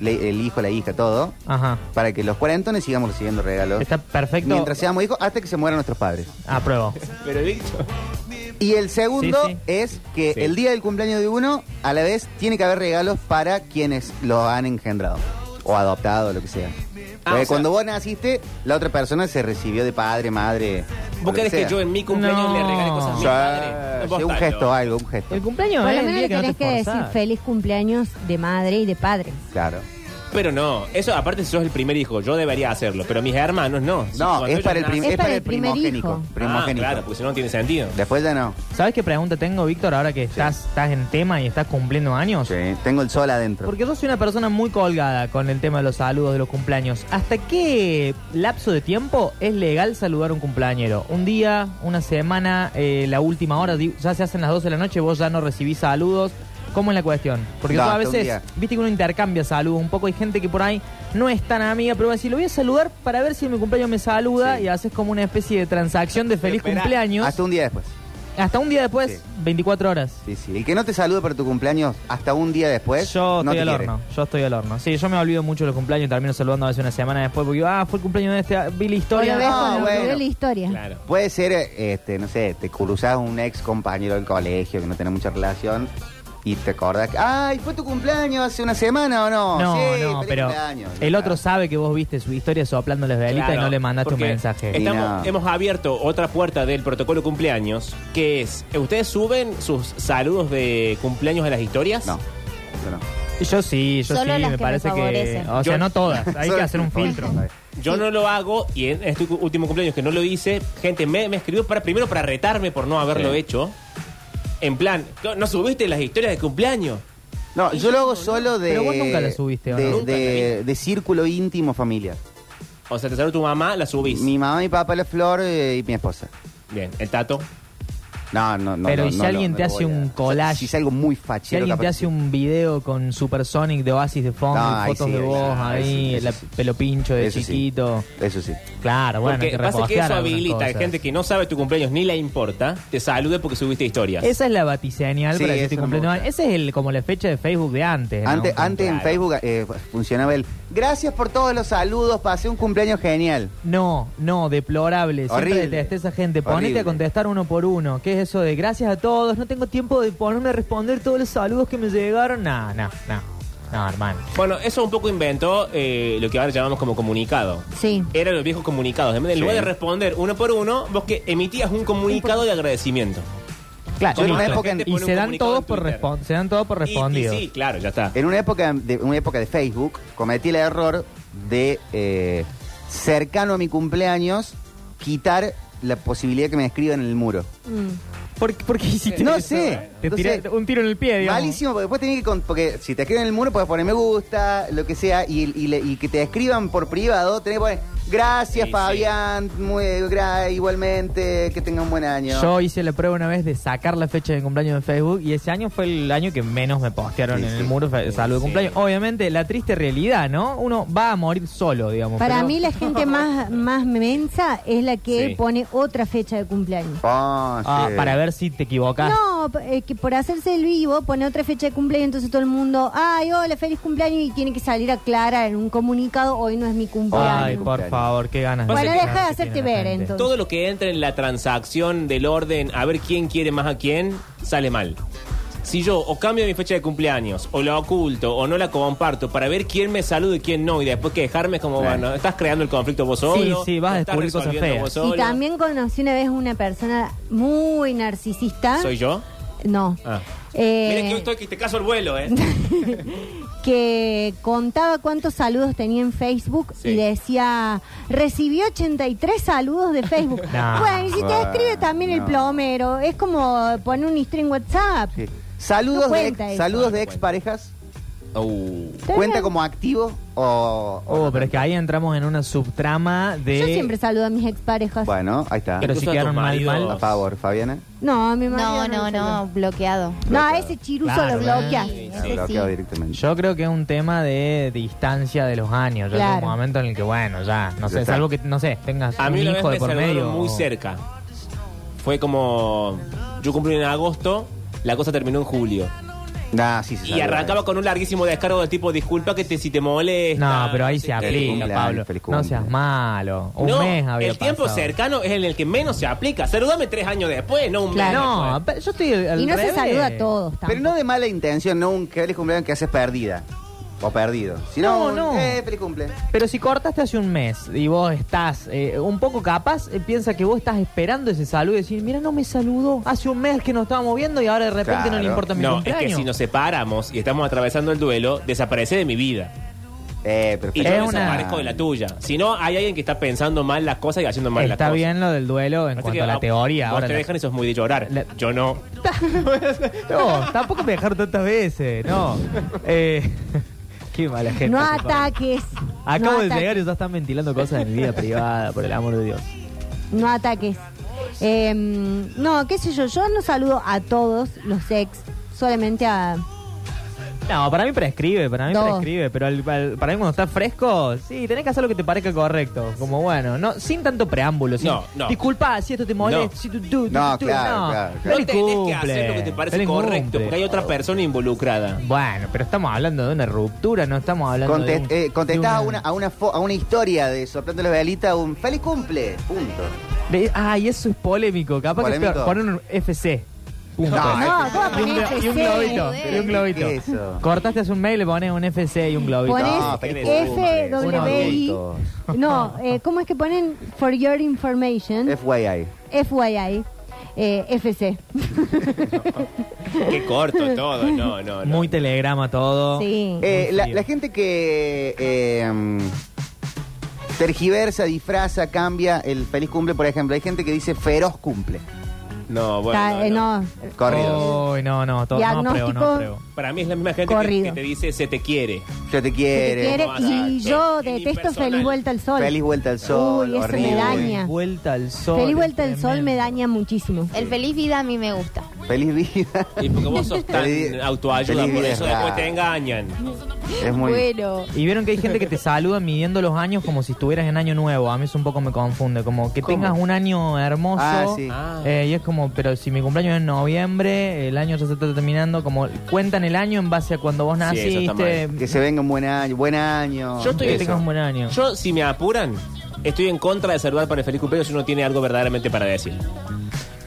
[SPEAKER 4] le- el hijo, la hija, todo.
[SPEAKER 5] Ajá.
[SPEAKER 4] Para que los cuarentones sigamos recibiendo regalos.
[SPEAKER 5] Está perfecto.
[SPEAKER 4] Mientras seamos hijos, hasta que se mueran nuestros padres.
[SPEAKER 5] Apruebo.
[SPEAKER 1] Pero Víctor,
[SPEAKER 4] Y el segundo
[SPEAKER 5] Sí, sí.
[SPEAKER 4] es que
[SPEAKER 1] Sí.
[SPEAKER 4] el día del cumpleaños de uno, a la vez, tiene que haber regalos para quienes lo han engendrado o adoptado, lo que sea.
[SPEAKER 1] Ah,
[SPEAKER 4] Porque
[SPEAKER 1] o sea-
[SPEAKER 4] cuando vos naciste, la otra persona se recibió de padre, madre. o lo
[SPEAKER 1] ¿vos querés que
[SPEAKER 4] sea.
[SPEAKER 1] yo en mi cumpleaños
[SPEAKER 5] No.
[SPEAKER 1] le regale cosas a mi
[SPEAKER 4] Ya,
[SPEAKER 1] padre? Vos
[SPEAKER 4] sí, un
[SPEAKER 1] dale.
[SPEAKER 4] gesto, algo, un gesto.
[SPEAKER 5] El cumpleaños
[SPEAKER 2] Por
[SPEAKER 5] es
[SPEAKER 2] lo
[SPEAKER 5] eh, el
[SPEAKER 2] menos
[SPEAKER 5] día
[SPEAKER 2] le
[SPEAKER 5] que no
[SPEAKER 2] tenés
[SPEAKER 5] te
[SPEAKER 2] que decir
[SPEAKER 5] esforzás.
[SPEAKER 2] feliz cumpleaños de madre y de padre.
[SPEAKER 4] Claro.
[SPEAKER 1] Pero no, eso aparte si sos el primer hijo, yo debería hacerlo, pero mis hermanos no. Si
[SPEAKER 4] No,
[SPEAKER 1] cuando
[SPEAKER 4] es
[SPEAKER 1] ellos
[SPEAKER 4] para, el
[SPEAKER 1] nacen-
[SPEAKER 4] prim-
[SPEAKER 2] Es
[SPEAKER 4] es para
[SPEAKER 2] para
[SPEAKER 4] el
[SPEAKER 2] el primer
[SPEAKER 4] primogénico.
[SPEAKER 2] hijo.
[SPEAKER 4] primogénico.
[SPEAKER 1] Ah, claro, porque si no, no tiene sentido.
[SPEAKER 4] Después ya no.
[SPEAKER 5] ¿Sabes qué pregunta tengo, Víctor, ahora que estás, estás en tema y estás cumpliendo años?
[SPEAKER 4] Sí, Tengo el sol adentro.
[SPEAKER 5] Porque yo soy una persona muy colgada con el tema de los saludos, de los cumpleaños. ¿Hasta qué lapso de tiempo es legal saludar a un cumpleañero? ¿Un día, una semana, eh, la última hora? Di- Ya se hacen las 12 de la noche, vos ya no recibís saludos. ¿Cómo es la cuestión? Porque
[SPEAKER 4] No,
[SPEAKER 5] yo a
[SPEAKER 4] hasta un
[SPEAKER 5] veces,
[SPEAKER 4] día.
[SPEAKER 5] viste que uno intercambia saludos un poco. Hay gente que por ahí no es tan amiga, pero va a decir, lo voy a saludar para ver si en mi cumpleaños me saluda
[SPEAKER 4] Sí.
[SPEAKER 5] y haces como una especie de transacción de feliz
[SPEAKER 1] Espera,
[SPEAKER 5] cumpleaños.
[SPEAKER 4] Hasta
[SPEAKER 5] Hasta un,
[SPEAKER 4] un día después.
[SPEAKER 5] día después,
[SPEAKER 4] Sí.
[SPEAKER 5] 24 horas.
[SPEAKER 4] Sí, sí. El que no te salude para tu cumpleaños hasta un día después,
[SPEAKER 5] Yo
[SPEAKER 4] no
[SPEAKER 5] estoy
[SPEAKER 4] te
[SPEAKER 5] al
[SPEAKER 4] quiere.
[SPEAKER 5] horno, yo estoy al horno. Sí, yo me olvido mucho de los cumpleaños, termino saludando a veces una semana después porque digo, ah, fue el cumpleaños de este, ah, vi la
[SPEAKER 2] Por
[SPEAKER 5] historia.
[SPEAKER 2] lo ves
[SPEAKER 4] no,
[SPEAKER 2] con lo que
[SPEAKER 4] bueno.
[SPEAKER 2] ve la historia.
[SPEAKER 1] Claro.
[SPEAKER 4] Puede ser, eh, este, no sé, te cruzás un ex compañero del colegio que no tenés mucha relación Y te acordás que, ay, fue tu cumpleaños hace una semana o no.
[SPEAKER 5] este-". No,
[SPEAKER 4] Sí,
[SPEAKER 5] no,
[SPEAKER 4] feliz
[SPEAKER 5] pero
[SPEAKER 4] cumpleaños.
[SPEAKER 5] el otro sabe que vos viste su historia soplando las velitas
[SPEAKER 1] Claro,
[SPEAKER 5] y no le mandaste un
[SPEAKER 1] porque
[SPEAKER 5] mensaje.
[SPEAKER 4] es-
[SPEAKER 1] estamos-
[SPEAKER 4] Y nada.
[SPEAKER 1] Hemos abierto otra puerta del protocolo cumpleaños, que es, eh, ¿ustedes suben sus saludos de cumpleaños a las historias?
[SPEAKER 4] No, eso no.
[SPEAKER 5] Yo sí, yo
[SPEAKER 3] Solo las
[SPEAKER 5] sí, me
[SPEAKER 3] que me
[SPEAKER 5] parece que...
[SPEAKER 3] favorecen.
[SPEAKER 5] O sea,
[SPEAKER 1] Yo-
[SPEAKER 5] no todas, hay que
[SPEAKER 4] Solo-
[SPEAKER 5] hacer un filtro.
[SPEAKER 1] Yo no lo hago y en este cu- último cumpleaños que no lo hice, gente me, me escribió para primero para retarme por no haberlo
[SPEAKER 4] Sí.
[SPEAKER 1] hecho. En plan, ¿no- ¿no subiste las historias de cumpleaños?
[SPEAKER 4] No, yo lo hago solo de.
[SPEAKER 5] Pero vos nunca la subiste, ¿o
[SPEAKER 4] de,
[SPEAKER 5] no?
[SPEAKER 1] Nunca la
[SPEAKER 4] de, de círculo íntimo familiar.
[SPEAKER 1] O sea, te saluda tu mamá, la subís.
[SPEAKER 4] Mi mamá, mi papá, la flor eh, y mi esposa.
[SPEAKER 1] Bien, el tato.
[SPEAKER 4] No, no, no.
[SPEAKER 5] Pero
[SPEAKER 4] no,
[SPEAKER 5] ¿y si
[SPEAKER 4] no, no,
[SPEAKER 5] alguien
[SPEAKER 4] no
[SPEAKER 5] te
[SPEAKER 4] lo voy
[SPEAKER 5] hace
[SPEAKER 4] a-
[SPEAKER 5] un collage?
[SPEAKER 4] Si es algo muy fachero.
[SPEAKER 5] Si alguien te
[SPEAKER 4] capaz
[SPEAKER 5] hace
[SPEAKER 4] que sí.
[SPEAKER 5] un video con Supersonic de Oasis de fondo,
[SPEAKER 4] No,
[SPEAKER 5] y
[SPEAKER 4] ahí
[SPEAKER 5] fotos
[SPEAKER 4] sí,
[SPEAKER 5] de
[SPEAKER 4] ahí
[SPEAKER 5] vos
[SPEAKER 4] sí,
[SPEAKER 5] ahí,
[SPEAKER 4] ahí sí, eso
[SPEAKER 5] la
[SPEAKER 4] sí.
[SPEAKER 5] pelopincho de
[SPEAKER 4] Eso sí.
[SPEAKER 5] chiquito.
[SPEAKER 4] Eso sí.
[SPEAKER 5] Claro, bueno,
[SPEAKER 1] porque
[SPEAKER 5] hay que
[SPEAKER 1] pasa que eso
[SPEAKER 5] repostear algunas
[SPEAKER 1] habilita a
[SPEAKER 5] cosas.
[SPEAKER 1] gente que no sabe tu cumpleaños ni la importa, te salude porque subiste historias.
[SPEAKER 5] Esa es la batiseñal
[SPEAKER 4] Sí,
[SPEAKER 5] para que
[SPEAKER 4] eso
[SPEAKER 5] te
[SPEAKER 4] no me
[SPEAKER 5] cumpleaños.
[SPEAKER 4] gusta.
[SPEAKER 5] Esa es el, como la fecha de Facebook de antes. ¿no?
[SPEAKER 4] Antes,
[SPEAKER 5] Como-
[SPEAKER 4] antes en
[SPEAKER 5] Claro.
[SPEAKER 4] Facebook eh, funcionaba el. Gracias por todos los saludos, pasé un cumpleaños genial.
[SPEAKER 5] No, no, deplorable. Siempre
[SPEAKER 4] Horrible.
[SPEAKER 5] detesté esa gente. Ponete
[SPEAKER 4] Horrible.
[SPEAKER 5] a contestar uno por uno. ¿Qué es eso de gracias a todos? No tengo tiempo de ponerme a responder todos los saludos que me llegaron. No, no, no. No, hermano.
[SPEAKER 1] Bueno, eso un poco inventó eh, lo que ahora llamamos como comunicado.
[SPEAKER 2] Sí.
[SPEAKER 1] Eran los viejos comunicados. En vez de- en
[SPEAKER 4] Sí.
[SPEAKER 1] lugar de responder uno por uno, vos que emitías un comunicado de agradecimiento.
[SPEAKER 4] Yo
[SPEAKER 5] Claro.
[SPEAKER 4] en
[SPEAKER 1] Como
[SPEAKER 4] una
[SPEAKER 1] la
[SPEAKER 4] época en-
[SPEAKER 1] gente
[SPEAKER 5] Y
[SPEAKER 1] pone un
[SPEAKER 5] se dan,
[SPEAKER 1] comunicado
[SPEAKER 5] todos
[SPEAKER 1] en
[SPEAKER 5] por
[SPEAKER 1] Twitter.
[SPEAKER 5] respon- se dan todos por
[SPEAKER 1] Y- y
[SPEAKER 5] respondidos.
[SPEAKER 1] sí, claro, ya está.
[SPEAKER 4] En una época de, una época de Facebook cometí el error de, eh, cercano a mi cumpleaños, quitar la posibilidad que me escriban en el muro.
[SPEAKER 2] Mm.
[SPEAKER 5] ¿Por, por qué hiciste
[SPEAKER 4] No
[SPEAKER 5] eso?
[SPEAKER 4] sé.
[SPEAKER 5] Te
[SPEAKER 4] No
[SPEAKER 5] tiré
[SPEAKER 4] sé.
[SPEAKER 5] un tiro en el pie, digamos.
[SPEAKER 4] Malísimo, porque después tenés que. con- porque si te escriben en el muro, puedes poner me gusta, lo que sea, y, y le- y que te escriban por privado, tenés que poner gracias,
[SPEAKER 1] Sí, sí.
[SPEAKER 4] Fabián, muy gra- igualmente, que tenga un buen año.
[SPEAKER 5] Yo hice la prueba una vez de sacar la fecha de cumpleaños en Facebook y ese año fue el año que menos me postearon
[SPEAKER 4] Sí,
[SPEAKER 5] en el
[SPEAKER 4] sí.
[SPEAKER 5] muro fe-
[SPEAKER 1] Sí,
[SPEAKER 5] salud de
[SPEAKER 1] sí.
[SPEAKER 5] cumpleaños. Obviamente, la triste realidad, ¿no? Uno va a morir solo, digamos.
[SPEAKER 2] Para
[SPEAKER 5] pero-
[SPEAKER 2] mí la gente más, más mensa es la que
[SPEAKER 1] Sí.
[SPEAKER 2] pone otra fecha de cumpleaños.
[SPEAKER 4] Ah,
[SPEAKER 5] Ah,
[SPEAKER 4] sí.
[SPEAKER 5] para ver si te equivocas.
[SPEAKER 2] No, p- eh, que por hacerse el vivo pone otra fecha de cumpleaños, entonces todo el mundo, ay, hola, feliz cumpleaños y tiene que salir a aclarar en un comunicado, hoy no es mi cumpleaños.
[SPEAKER 5] Ay,
[SPEAKER 4] Cumpleaños.
[SPEAKER 5] por favor, qué ganas.
[SPEAKER 1] Bueno,
[SPEAKER 5] ganas
[SPEAKER 2] deja de
[SPEAKER 5] que
[SPEAKER 2] hacerte
[SPEAKER 5] tiene la
[SPEAKER 2] ver,
[SPEAKER 5] gente.
[SPEAKER 2] entonces.
[SPEAKER 1] Todo lo que entra en la transacción del orden, a ver quién quiere más a quién, sale mal. Si yo o cambio mi fecha de cumpleaños, o la oculto, o no la comparto, para ver quién me saluda y quién no, y después que dejarme es como,
[SPEAKER 4] Sí.
[SPEAKER 1] bueno, estás creando el conflicto vos solo.
[SPEAKER 5] Sí, sí, vas a
[SPEAKER 1] lo estás
[SPEAKER 5] descubrir cosas
[SPEAKER 1] resolviendo
[SPEAKER 5] feas.
[SPEAKER 1] vos
[SPEAKER 2] Y
[SPEAKER 1] solo.
[SPEAKER 2] también conocí una vez una persona muy narcisista.
[SPEAKER 1] ¿Soy yo?
[SPEAKER 2] No.
[SPEAKER 1] Ah.
[SPEAKER 2] Eh,
[SPEAKER 1] Mira que hoy estoy, que te caso el vuelo, ¿eh?
[SPEAKER 2] que contaba cuántos saludos tenía en Facebook
[SPEAKER 1] Sí.
[SPEAKER 2] y decía, recibí 83 saludos de Facebook.
[SPEAKER 5] No.
[SPEAKER 2] Bueno, y si te
[SPEAKER 4] Bueno,
[SPEAKER 2] escribe también el
[SPEAKER 4] no.
[SPEAKER 2] plomero, es como poner un string WhatsApp.
[SPEAKER 4] Sí.
[SPEAKER 2] No
[SPEAKER 4] Saludos, de,
[SPEAKER 2] cuenta
[SPEAKER 4] ex-
[SPEAKER 2] eso.
[SPEAKER 4] saludos
[SPEAKER 1] No
[SPEAKER 4] de
[SPEAKER 1] cuenta.
[SPEAKER 4] ex parejas.
[SPEAKER 1] Uh.
[SPEAKER 2] Está
[SPEAKER 4] ¿Cuenta
[SPEAKER 2] bien.
[SPEAKER 4] como activo o.? o
[SPEAKER 5] Oh,
[SPEAKER 4] no
[SPEAKER 5] pero es que ahí entramos en una subtrama de.
[SPEAKER 2] Yo siempre saludo a mis exparejas.
[SPEAKER 4] Bueno, ahí está.
[SPEAKER 5] Pero
[SPEAKER 1] Incluso
[SPEAKER 5] si
[SPEAKER 1] a
[SPEAKER 5] quedaron
[SPEAKER 1] tus
[SPEAKER 5] mal,
[SPEAKER 1] maridos.
[SPEAKER 5] mal.
[SPEAKER 4] A favor, Fabiana.
[SPEAKER 2] No, a mi marido
[SPEAKER 3] No,
[SPEAKER 2] lo
[SPEAKER 3] no, no,
[SPEAKER 2] saludo.
[SPEAKER 3] bloqueado.
[SPEAKER 2] No, a ese chiruso
[SPEAKER 5] Claro,
[SPEAKER 2] lo bloquea.
[SPEAKER 3] Sí,
[SPEAKER 4] Lo
[SPEAKER 3] sí.
[SPEAKER 4] bloqueo directamente.
[SPEAKER 5] Yo creo que es un tema de distancia de los años. Ya
[SPEAKER 2] Claro.
[SPEAKER 5] es un momento en el que, bueno, ya, no
[SPEAKER 4] Ya
[SPEAKER 5] sé,
[SPEAKER 4] está.
[SPEAKER 5] salvo que, no sé, tengas
[SPEAKER 1] A
[SPEAKER 5] un
[SPEAKER 1] mí una vez
[SPEAKER 5] hijo
[SPEAKER 1] me
[SPEAKER 5] de por
[SPEAKER 1] saludaron
[SPEAKER 5] medio.
[SPEAKER 1] muy
[SPEAKER 5] o-
[SPEAKER 1] cerca. Fue como, yo cumplí en agosto, la cosa terminó en julio.
[SPEAKER 4] Nah, Ah, sí, sí,
[SPEAKER 1] Y
[SPEAKER 4] saluda.
[SPEAKER 1] arrancaba con un larguísimo descargo de tipo, disculpa que te, si te molesta.
[SPEAKER 5] No, pero ahí
[SPEAKER 1] sé
[SPEAKER 5] se
[SPEAKER 1] qué.
[SPEAKER 4] Feliz
[SPEAKER 5] aplica,
[SPEAKER 4] cumpleaños,
[SPEAKER 5] Pablo.
[SPEAKER 4] feliz
[SPEAKER 5] No
[SPEAKER 4] cumpleaños.
[SPEAKER 5] seas malo. Un
[SPEAKER 1] No,
[SPEAKER 5] mes había
[SPEAKER 1] el tiempo
[SPEAKER 5] pasado.
[SPEAKER 1] cercano es en el que menos se aplica. Saludame tres años después, no un mes.
[SPEAKER 5] No,
[SPEAKER 1] después.
[SPEAKER 5] pero yo estoy al
[SPEAKER 2] Y no
[SPEAKER 5] revés.
[SPEAKER 2] se saluda a todos.
[SPEAKER 4] Pero
[SPEAKER 2] tampoco.
[SPEAKER 4] no de mala intención, no un que feliz cumpleaños que haces perdida. O perdido. Sino
[SPEAKER 5] No,
[SPEAKER 4] un,
[SPEAKER 5] no.
[SPEAKER 4] Eh, feliz cumple.
[SPEAKER 5] Pero si cortaste hace un mes y vos estás eh, un poco capaz, eh, piensa que vos estás esperando ese saludo y decir, mira, no me saludó. Hace un mes que nos estábamos viendo y ahora de repente no
[SPEAKER 4] Claro.
[SPEAKER 5] le importa mi
[SPEAKER 1] No, es
[SPEAKER 5] cumpleaños.
[SPEAKER 1] que si nos separamos y estamos atravesando el duelo, desaparece de mi vida.
[SPEAKER 4] Eh, pero
[SPEAKER 1] Y
[SPEAKER 5] Es
[SPEAKER 1] yo
[SPEAKER 5] una-
[SPEAKER 1] desaparezco de la tuya. Si no, hay alguien que está pensando mal las cosas y haciendo mal las
[SPEAKER 5] Está
[SPEAKER 1] cosas.
[SPEAKER 5] bien lo del duelo en
[SPEAKER 1] Así
[SPEAKER 5] cuanto
[SPEAKER 1] que
[SPEAKER 5] a la
[SPEAKER 1] vos-
[SPEAKER 5] teoría.
[SPEAKER 1] Vos
[SPEAKER 5] Ahora
[SPEAKER 1] te
[SPEAKER 5] la-
[SPEAKER 1] dejan y sos muy de llorar.
[SPEAKER 5] La-
[SPEAKER 1] Yo no.
[SPEAKER 5] No, tampoco me dejaron tantas veces, no. Eh, qué mala gente.
[SPEAKER 2] No
[SPEAKER 5] Pablo.
[SPEAKER 2] ataques.
[SPEAKER 5] Acabo
[SPEAKER 2] no
[SPEAKER 5] de
[SPEAKER 2] ataques,
[SPEAKER 5] llegar y ya están ventilando cosas de mi vida privada, por el amor de Dios.
[SPEAKER 2] No ataques. Eh, no, qué sé yo, yo no saludo a todos los ex, solamente a...
[SPEAKER 5] No, para mí prescribe, para mí
[SPEAKER 2] No.
[SPEAKER 5] prescribe, pero al- al- para mí cuando estás fresco, sí, tenés que hacer lo que te parezca correcto. Como bueno, no, sin tanto preámbulo. Sin,
[SPEAKER 1] No, no.
[SPEAKER 5] Disculpa si esto te molesta,
[SPEAKER 1] No.
[SPEAKER 5] si tú, tú, tú,
[SPEAKER 4] No,
[SPEAKER 5] tú,
[SPEAKER 4] claro, claro,
[SPEAKER 5] no.
[SPEAKER 4] claro.
[SPEAKER 1] No
[SPEAKER 5] Feliz
[SPEAKER 1] tenés que hacer lo que te
[SPEAKER 5] cumple,
[SPEAKER 1] parece
[SPEAKER 5] feliz
[SPEAKER 1] correcto,
[SPEAKER 5] cumple.
[SPEAKER 1] porque hay otra persona involucrada.
[SPEAKER 5] Bueno, pero estamos hablando de una ruptura, no estamos hablando de
[SPEAKER 4] Contest-
[SPEAKER 5] un-
[SPEAKER 4] eh,
[SPEAKER 5] de
[SPEAKER 4] contestás a una,
[SPEAKER 5] una-
[SPEAKER 4] a, una fo- a una historia de soplando la velita un feliz cumple. Punto.
[SPEAKER 5] De- Ay, eso es polémico. Capaz que es
[SPEAKER 4] ¿Polémico?
[SPEAKER 5] peor. Poner un FC. puntos.
[SPEAKER 4] No,
[SPEAKER 2] No, vos
[SPEAKER 5] Y un,
[SPEAKER 2] ponés
[SPEAKER 5] glo- y un
[SPEAKER 2] FC.
[SPEAKER 5] globito. Y un globito.
[SPEAKER 4] ¿Qué es eso?
[SPEAKER 5] Cortaste hace un mail, le pones un FC y un globito. Ah,
[SPEAKER 2] Ponés
[SPEAKER 4] No,
[SPEAKER 1] tenés
[SPEAKER 2] FWI.
[SPEAKER 4] unos
[SPEAKER 2] No, eh, ¿cómo es que ponen for your information?
[SPEAKER 4] FYI.
[SPEAKER 2] FYI. eh, FC.
[SPEAKER 1] Qué corto todo, no, no. no.
[SPEAKER 5] Muy telegrama todo.
[SPEAKER 2] Sí.
[SPEAKER 4] Eh, la,
[SPEAKER 5] frío.
[SPEAKER 4] la gente que eh, mm, tergiversa, disfraza, cambia el feliz cumple, por ejemplo, hay gente que dice feroz cumple.
[SPEAKER 1] No, bueno.
[SPEAKER 2] Está- eh,
[SPEAKER 1] no.
[SPEAKER 2] no. Oh.
[SPEAKER 4] Corrido.
[SPEAKER 5] Uy, no, no, todo. No apruebo, no
[SPEAKER 2] Diagnóstico.
[SPEAKER 5] apruebo.
[SPEAKER 1] Para mí es la misma gente que,
[SPEAKER 2] Corrido.
[SPEAKER 1] que te dice se te quiere.
[SPEAKER 4] Yo te
[SPEAKER 2] que
[SPEAKER 4] quiere.
[SPEAKER 2] te quiere,
[SPEAKER 1] No,
[SPEAKER 2] y
[SPEAKER 1] exacto.
[SPEAKER 2] yo
[SPEAKER 1] Es
[SPEAKER 2] detesto
[SPEAKER 1] impersonal.
[SPEAKER 2] Feliz Vuelta al Sol.
[SPEAKER 4] Feliz vuelta al sol.
[SPEAKER 2] Uy, eso me
[SPEAKER 4] horrible.
[SPEAKER 2] daña.
[SPEAKER 5] Vuelta al sol.
[SPEAKER 2] Feliz Vuelta al
[SPEAKER 5] es
[SPEAKER 2] Sol me
[SPEAKER 5] tremendo.
[SPEAKER 2] daña muchísimo.
[SPEAKER 3] El feliz vida a mí me gusta.
[SPEAKER 4] Feliz vida.
[SPEAKER 1] Y porque vos sos tan
[SPEAKER 4] Feliz-
[SPEAKER 1] autoayuda,
[SPEAKER 4] feliz
[SPEAKER 1] por
[SPEAKER 4] vida
[SPEAKER 1] eso
[SPEAKER 4] es
[SPEAKER 1] después
[SPEAKER 4] raro.
[SPEAKER 1] te engañan.
[SPEAKER 4] Es muy.
[SPEAKER 3] Bueno.
[SPEAKER 5] Y vieron que hay gente que te saluda midiendo los años como si estuvieras en año nuevo. A mí eso un poco me confunde. Como que
[SPEAKER 1] ¿Cómo?
[SPEAKER 5] tengas un año hermoso.
[SPEAKER 4] Ah, sí.
[SPEAKER 1] Ah.
[SPEAKER 5] Eh, y es como, pero si mi cumpleaños es en noviembre, el año ya se está terminando, como cuentan el año en base a cuando vos
[SPEAKER 1] Sí, eso está
[SPEAKER 5] naciste.
[SPEAKER 4] Que se venga un buen año. Buen año.
[SPEAKER 1] Yo estoy
[SPEAKER 5] que
[SPEAKER 1] eso.
[SPEAKER 5] tengas un buen año.
[SPEAKER 1] Yo, si me apuran, estoy en contra de saludar para el feliz cumpleaños si uno tiene algo verdaderamente para decir.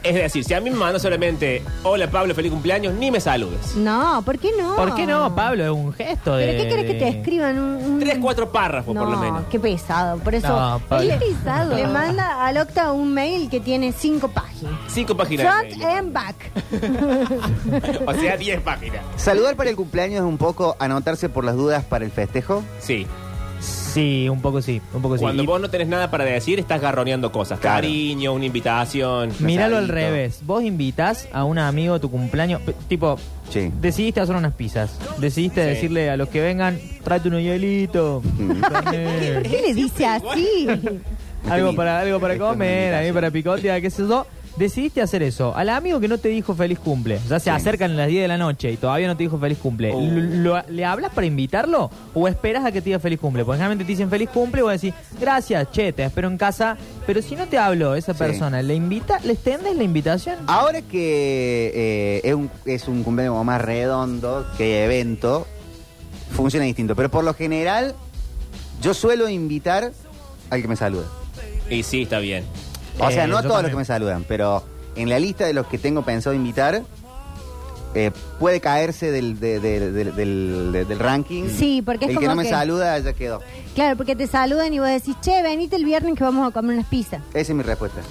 [SPEAKER 1] Es decir, si a mí me mandan solamente, hola Pablo, feliz cumpleaños, ni me saludes.
[SPEAKER 2] No, ¿por qué no?
[SPEAKER 5] ¿Por qué no, Pablo? Es un gesto de...
[SPEAKER 2] Ah. ¿Pero qué querés que te escriban? Un, un-
[SPEAKER 1] Tres, cuatro párrafos,
[SPEAKER 2] Mm. no,
[SPEAKER 1] por lo menos.
[SPEAKER 2] qué pesado. Por eso,
[SPEAKER 5] No, Pablo.
[SPEAKER 2] qué pesado. Le manda al Octa un mail que tiene cinco páginas.
[SPEAKER 1] Cinco páginas. de
[SPEAKER 2] Front and back.
[SPEAKER 1] mail. o sea, diez páginas.
[SPEAKER 4] Saludar para el cumpleaños es un poco anotarse por las dudas para el festejo.
[SPEAKER 1] Sí.
[SPEAKER 5] Sí, un poco sí, un poco sí.
[SPEAKER 1] Cuando
[SPEAKER 5] Y
[SPEAKER 1] vos no tenés nada para decir, estás garroneando cosas.
[SPEAKER 4] Claro.
[SPEAKER 1] Cariño, una invitación.
[SPEAKER 5] Míralo al
[SPEAKER 4] Pesadito.
[SPEAKER 5] revés. Vos invitás a un amigo a tu cumpleaños, p- tipo,
[SPEAKER 4] Sí.
[SPEAKER 5] decidiste hacer unas pizzas. Decidiste
[SPEAKER 1] Sí.
[SPEAKER 5] decirle a los que vengan, tráete unos hielitos.
[SPEAKER 2] ¿Por
[SPEAKER 5] Poné
[SPEAKER 2] qué le dice así?
[SPEAKER 5] algo para algo para
[SPEAKER 4] Esto es una
[SPEAKER 5] comer, ahí
[SPEAKER 4] invitación.
[SPEAKER 5] para picotear, qué sé yo. Decidiste hacer eso. Al amigo que no te dijo feliz cumple, ya se acercan a las 10 de la noche y todavía no te dijo feliz cumple,
[SPEAKER 1] Oh.
[SPEAKER 5] ¿lo- lo- ¿le hablas para invitarlo o esperas a que te diga feliz cumple? Porque generalmente te dicen feliz cumple y vos decís, gracias, che, te espero en casa. Pero si no te habló esa
[SPEAKER 4] Sí.
[SPEAKER 5] persona, ¿le invita, le extendes la invitación?
[SPEAKER 4] Ahora que eh, es, un, es un cumpleaños más redondo que evento, funciona distinto. Pero por lo general, yo suelo invitar al que me saluda.
[SPEAKER 1] Y sí, está bien.
[SPEAKER 4] O
[SPEAKER 5] Eh,
[SPEAKER 4] sea, no a
[SPEAKER 5] yo
[SPEAKER 4] todos los
[SPEAKER 5] también.
[SPEAKER 4] que me saludan, pero en la lista de los que tengo pensado invitar, eh, puede caerse del, de- de- de- del- de- del ranking.
[SPEAKER 2] Sí, porque es
[SPEAKER 4] El que
[SPEAKER 2] como
[SPEAKER 4] no me
[SPEAKER 2] que-
[SPEAKER 4] saluda ya quedó.
[SPEAKER 2] Claro, porque te saludan y vos decís, che, venite el viernes que vamos a comer unas pizzas.
[SPEAKER 4] Esa es mi respuesta.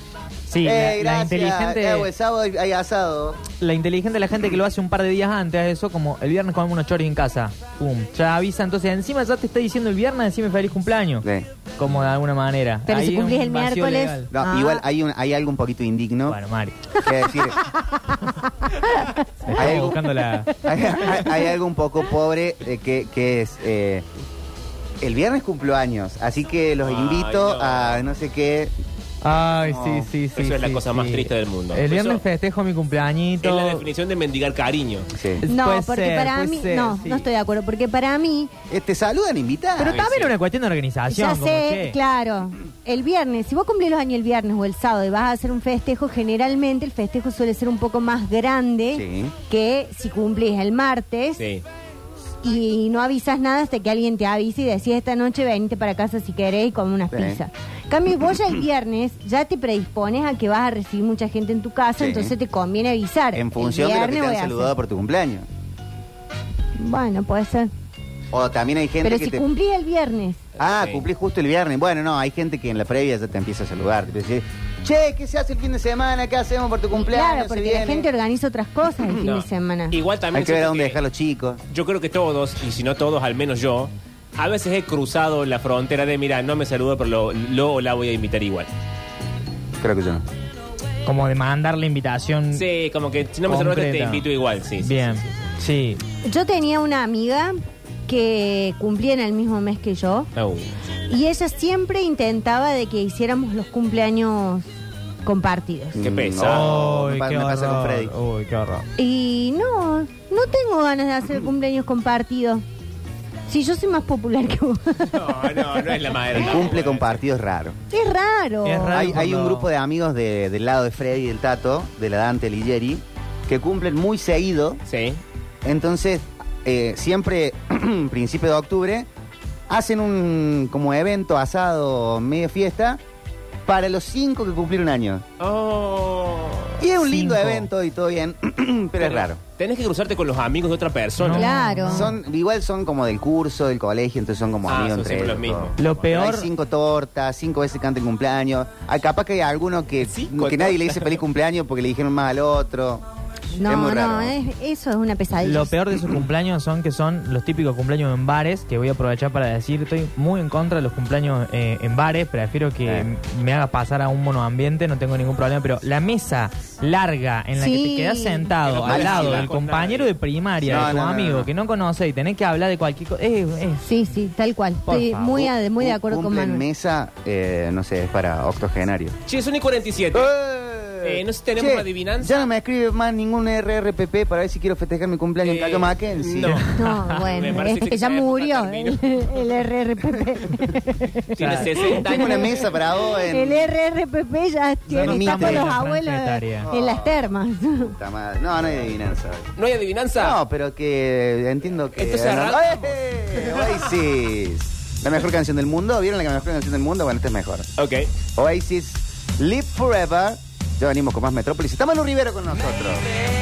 [SPEAKER 5] Sí,
[SPEAKER 4] Eh,
[SPEAKER 5] la, la
[SPEAKER 4] gracias.
[SPEAKER 5] inteligente.
[SPEAKER 4] Eh, el sábado hay hay asado.
[SPEAKER 5] La inteligente de la gente que lo hace un par de días antes, eso como el viernes comemos unos choris en casa. Pum, ya avisa. Entonces, encima ya te está diciendo el viernes, decime feliz cumpleaños.
[SPEAKER 4] Eh,
[SPEAKER 5] Como de alguna manera.
[SPEAKER 2] Pero
[SPEAKER 5] Ahí
[SPEAKER 2] si
[SPEAKER 5] es un
[SPEAKER 2] cumplís el
[SPEAKER 5] vacío
[SPEAKER 2] miércoles-
[SPEAKER 5] legal.
[SPEAKER 4] no,
[SPEAKER 2] Ah.
[SPEAKER 4] Igual hay, un- hay algo un poquito indigno.
[SPEAKER 5] Bueno, Mari.
[SPEAKER 4] Es decir,
[SPEAKER 5] me
[SPEAKER 4] Hay
[SPEAKER 5] estaba
[SPEAKER 4] algo-
[SPEAKER 5] buscando la.
[SPEAKER 4] hay, hay- hay algo un poco pobre eh, que, que es. eh, el viernes cumplo años, así que los
[SPEAKER 1] Ay,
[SPEAKER 4] invito
[SPEAKER 1] no.
[SPEAKER 4] a no sé qué.
[SPEAKER 5] Ay,
[SPEAKER 4] No.
[SPEAKER 5] sí, sí, sí.
[SPEAKER 1] Eso es la
[SPEAKER 5] sí,
[SPEAKER 1] cosa
[SPEAKER 5] sí.
[SPEAKER 1] más triste del mundo.
[SPEAKER 5] El viernes
[SPEAKER 1] Eso
[SPEAKER 5] festejo mi cumpleañito.
[SPEAKER 1] Es la definición de mendigar cariño.
[SPEAKER 4] Sí.
[SPEAKER 2] No,
[SPEAKER 5] Puede
[SPEAKER 2] porque
[SPEAKER 5] ser,
[SPEAKER 2] para
[SPEAKER 5] puede
[SPEAKER 2] mí.
[SPEAKER 5] ser,
[SPEAKER 2] no,
[SPEAKER 5] sí.
[SPEAKER 2] no estoy de acuerdo. Porque para mí,
[SPEAKER 4] Eh, te saludan, invitan.
[SPEAKER 5] Pero también
[SPEAKER 1] sí.
[SPEAKER 5] era una cuestión de organización.
[SPEAKER 2] ya
[SPEAKER 5] como,
[SPEAKER 2] sé,
[SPEAKER 5] che,
[SPEAKER 2] claro, el viernes, si vos cumplís los años el viernes o el sábado y vas a hacer un festejo, generalmente el festejo suele ser un poco más grande
[SPEAKER 4] Sí.
[SPEAKER 2] que si cumplís el martes
[SPEAKER 1] Sí.
[SPEAKER 2] y no avisas nada hasta que alguien te avise y decís esta noche venite para casa si querés y come unas
[SPEAKER 4] Sí.
[SPEAKER 2] pizzas. En Cambio, vos ya el viernes ya te predispones a que vas a recibir mucha gente en tu casa,
[SPEAKER 4] Sí.
[SPEAKER 2] entonces te conviene avisar.
[SPEAKER 4] En
[SPEAKER 2] El
[SPEAKER 4] función de lo que
[SPEAKER 2] viernes
[SPEAKER 4] te han
[SPEAKER 2] voy a hacer.
[SPEAKER 4] saludado por tu cumpleaños.
[SPEAKER 2] Bueno, puede ser.
[SPEAKER 4] O también hay gente
[SPEAKER 2] Pero
[SPEAKER 4] que
[SPEAKER 2] si
[SPEAKER 4] te.
[SPEAKER 2] cumplís el viernes,
[SPEAKER 4] Ah,
[SPEAKER 1] Sí.
[SPEAKER 4] cumplí justo el viernes. Bueno, no, hay gente que en la previa ya te empieza a saludar. Te empieza a decir, che, ¿qué se hace el fin de semana? ¿Qué hacemos por tu cumpleaños?
[SPEAKER 2] claro,
[SPEAKER 4] ¿Se
[SPEAKER 2] porque la
[SPEAKER 4] viene?".
[SPEAKER 2] gente organiza otras cosas el fin
[SPEAKER 1] No.
[SPEAKER 2] de semana.
[SPEAKER 1] Igual también.
[SPEAKER 4] Hay que ver a
[SPEAKER 1] siento
[SPEAKER 4] dónde dejar los chicos.
[SPEAKER 1] Yo creo que todos, y si no todos, al menos yo, a veces he cruzado la frontera de, mira, no me saludo, pero lo, lo o la voy a invitar igual.
[SPEAKER 4] Creo que yo no.
[SPEAKER 5] Como de mandar la invitación.
[SPEAKER 1] Sí, como que si no me saludas, te
[SPEAKER 5] Concreta.
[SPEAKER 1] invito igual, sí. sí,
[SPEAKER 5] Bien.
[SPEAKER 1] sí, sí.
[SPEAKER 5] Sí.
[SPEAKER 2] Yo tenía una amiga que cumplía en el mismo mes que yo
[SPEAKER 1] Ah, uy.
[SPEAKER 2] y ella siempre intentaba de que hiciéramos los cumpleaños compartidos.
[SPEAKER 1] Qué
[SPEAKER 4] Mm,
[SPEAKER 1] pesado.
[SPEAKER 4] no, me,
[SPEAKER 5] Uy,
[SPEAKER 4] pa-
[SPEAKER 5] qué
[SPEAKER 4] me pasa con
[SPEAKER 5] horror.
[SPEAKER 4] Freddy.
[SPEAKER 5] Uy, qué horror.
[SPEAKER 2] Y no, no tengo ganas de hacer cumpleaños compartidos. Si yo soy más popular que vos.
[SPEAKER 1] No, no, no es la madre.
[SPEAKER 4] El
[SPEAKER 1] no.
[SPEAKER 4] cumple con partidos raro.
[SPEAKER 2] Es raro.
[SPEAKER 5] Es raro.
[SPEAKER 4] Hay, hay un
[SPEAKER 5] cuando-
[SPEAKER 4] grupo de amigos de- del lado de Freddy y del Tato, de la Dante Ligieri, que cumplen muy seguido.
[SPEAKER 1] Sí.
[SPEAKER 4] Entonces, eh, siempre, principio de octubre, hacen un como evento asado, medio fiesta, para los cinco que cumplieron años.
[SPEAKER 1] Oh.
[SPEAKER 4] Y es un lindo
[SPEAKER 5] Cinco.
[SPEAKER 4] evento y todo bien, pero es raro.
[SPEAKER 1] Tenés que cruzarte con los amigos de otra persona.
[SPEAKER 5] No.
[SPEAKER 3] Claro.
[SPEAKER 4] Son, igual son como del curso, del colegio, entonces son como
[SPEAKER 1] Ah,
[SPEAKER 4] amigos
[SPEAKER 1] son
[SPEAKER 4] entre
[SPEAKER 1] siempre
[SPEAKER 4] ellos,
[SPEAKER 1] los mismos.
[SPEAKER 4] todo.
[SPEAKER 5] Lo
[SPEAKER 4] Pero
[SPEAKER 5] peor-
[SPEAKER 4] Hay cinco tortas, cinco veces canta el cumpleaños. Hay capaz que hay alguno que,
[SPEAKER 1] Cinco
[SPEAKER 4] que nadie le
[SPEAKER 1] tortas.
[SPEAKER 4] dice feliz cumpleaños porque le dijeron más al otro. es muy
[SPEAKER 2] No,
[SPEAKER 4] raro.
[SPEAKER 2] no, es- eso es una pesadilla.
[SPEAKER 5] Lo peor de sus cumpleaños son que son los típicos cumpleaños en bares, que voy a aprovechar para decir, estoy muy en contra de los cumpleaños eh, en bares, prefiero que
[SPEAKER 4] Eh.
[SPEAKER 5] me haga pasar a un monoambiente, no tengo ningún problema, pero la mesa larga en la que
[SPEAKER 2] Sí.
[SPEAKER 5] te quedas
[SPEAKER 1] Que no
[SPEAKER 5] sentado al
[SPEAKER 1] puedes
[SPEAKER 5] lado
[SPEAKER 1] hablar
[SPEAKER 5] del
[SPEAKER 1] con
[SPEAKER 5] compañero
[SPEAKER 1] nadie.
[SPEAKER 5] de primaria,
[SPEAKER 4] No,
[SPEAKER 5] de tu
[SPEAKER 4] no, no,
[SPEAKER 5] amigo
[SPEAKER 4] no.
[SPEAKER 5] que no conoce y tenés que hablar de cualquier cosa, es, es-
[SPEAKER 2] Sí, sí, tal cual.
[SPEAKER 5] Por
[SPEAKER 2] Estoy
[SPEAKER 5] favor.
[SPEAKER 2] muy, a- muy de acuerdo con
[SPEAKER 4] Cumple en
[SPEAKER 2] Manuel.
[SPEAKER 4] mesa, eh, no sé, es para octogenario.
[SPEAKER 1] Che, son y 47.
[SPEAKER 4] ¡Eh!
[SPEAKER 1] Eh, no sé si tenemos una adivinanza.
[SPEAKER 4] Ya no me escribe más ningún RRPP para ver si quiero festejar mi cumpleaños
[SPEAKER 1] Eh,
[SPEAKER 4] en Cayo Mackenzie.
[SPEAKER 1] no.
[SPEAKER 2] No,
[SPEAKER 1] Me
[SPEAKER 2] bueno,
[SPEAKER 1] parece
[SPEAKER 2] este
[SPEAKER 1] que
[SPEAKER 2] ya
[SPEAKER 1] esa época
[SPEAKER 2] murió el,
[SPEAKER 1] terminó.
[SPEAKER 2] el
[SPEAKER 1] Tiene
[SPEAKER 2] RRPP.
[SPEAKER 5] Claro.
[SPEAKER 1] 60
[SPEAKER 4] Eh, Tengo una
[SPEAKER 1] años.
[SPEAKER 4] mesa para vos en.
[SPEAKER 2] El E RRPP ya
[SPEAKER 5] no
[SPEAKER 2] tiene, está
[SPEAKER 4] estamos
[SPEAKER 2] con
[SPEAKER 4] en
[SPEAKER 2] los
[SPEAKER 5] la
[SPEAKER 2] abuelos
[SPEAKER 5] franja etaria.
[SPEAKER 2] en las termas.
[SPEAKER 4] Puta madre. No, no hay adivinanza.
[SPEAKER 1] ¿No hay adivinanza?
[SPEAKER 4] No, pero que entiendo que.
[SPEAKER 1] Entonces
[SPEAKER 4] no-
[SPEAKER 1] arrancamos.
[SPEAKER 4] ¡Eh! Oasis. La mejor canción del mundo. ¿Vieron la mejor canción del mundo? Bueno, esta es mejor.
[SPEAKER 1] Ok.
[SPEAKER 4] Oasis, Live Forever. Ya venimos con más Metrópolis. Estamos en un Rivero con nosotros.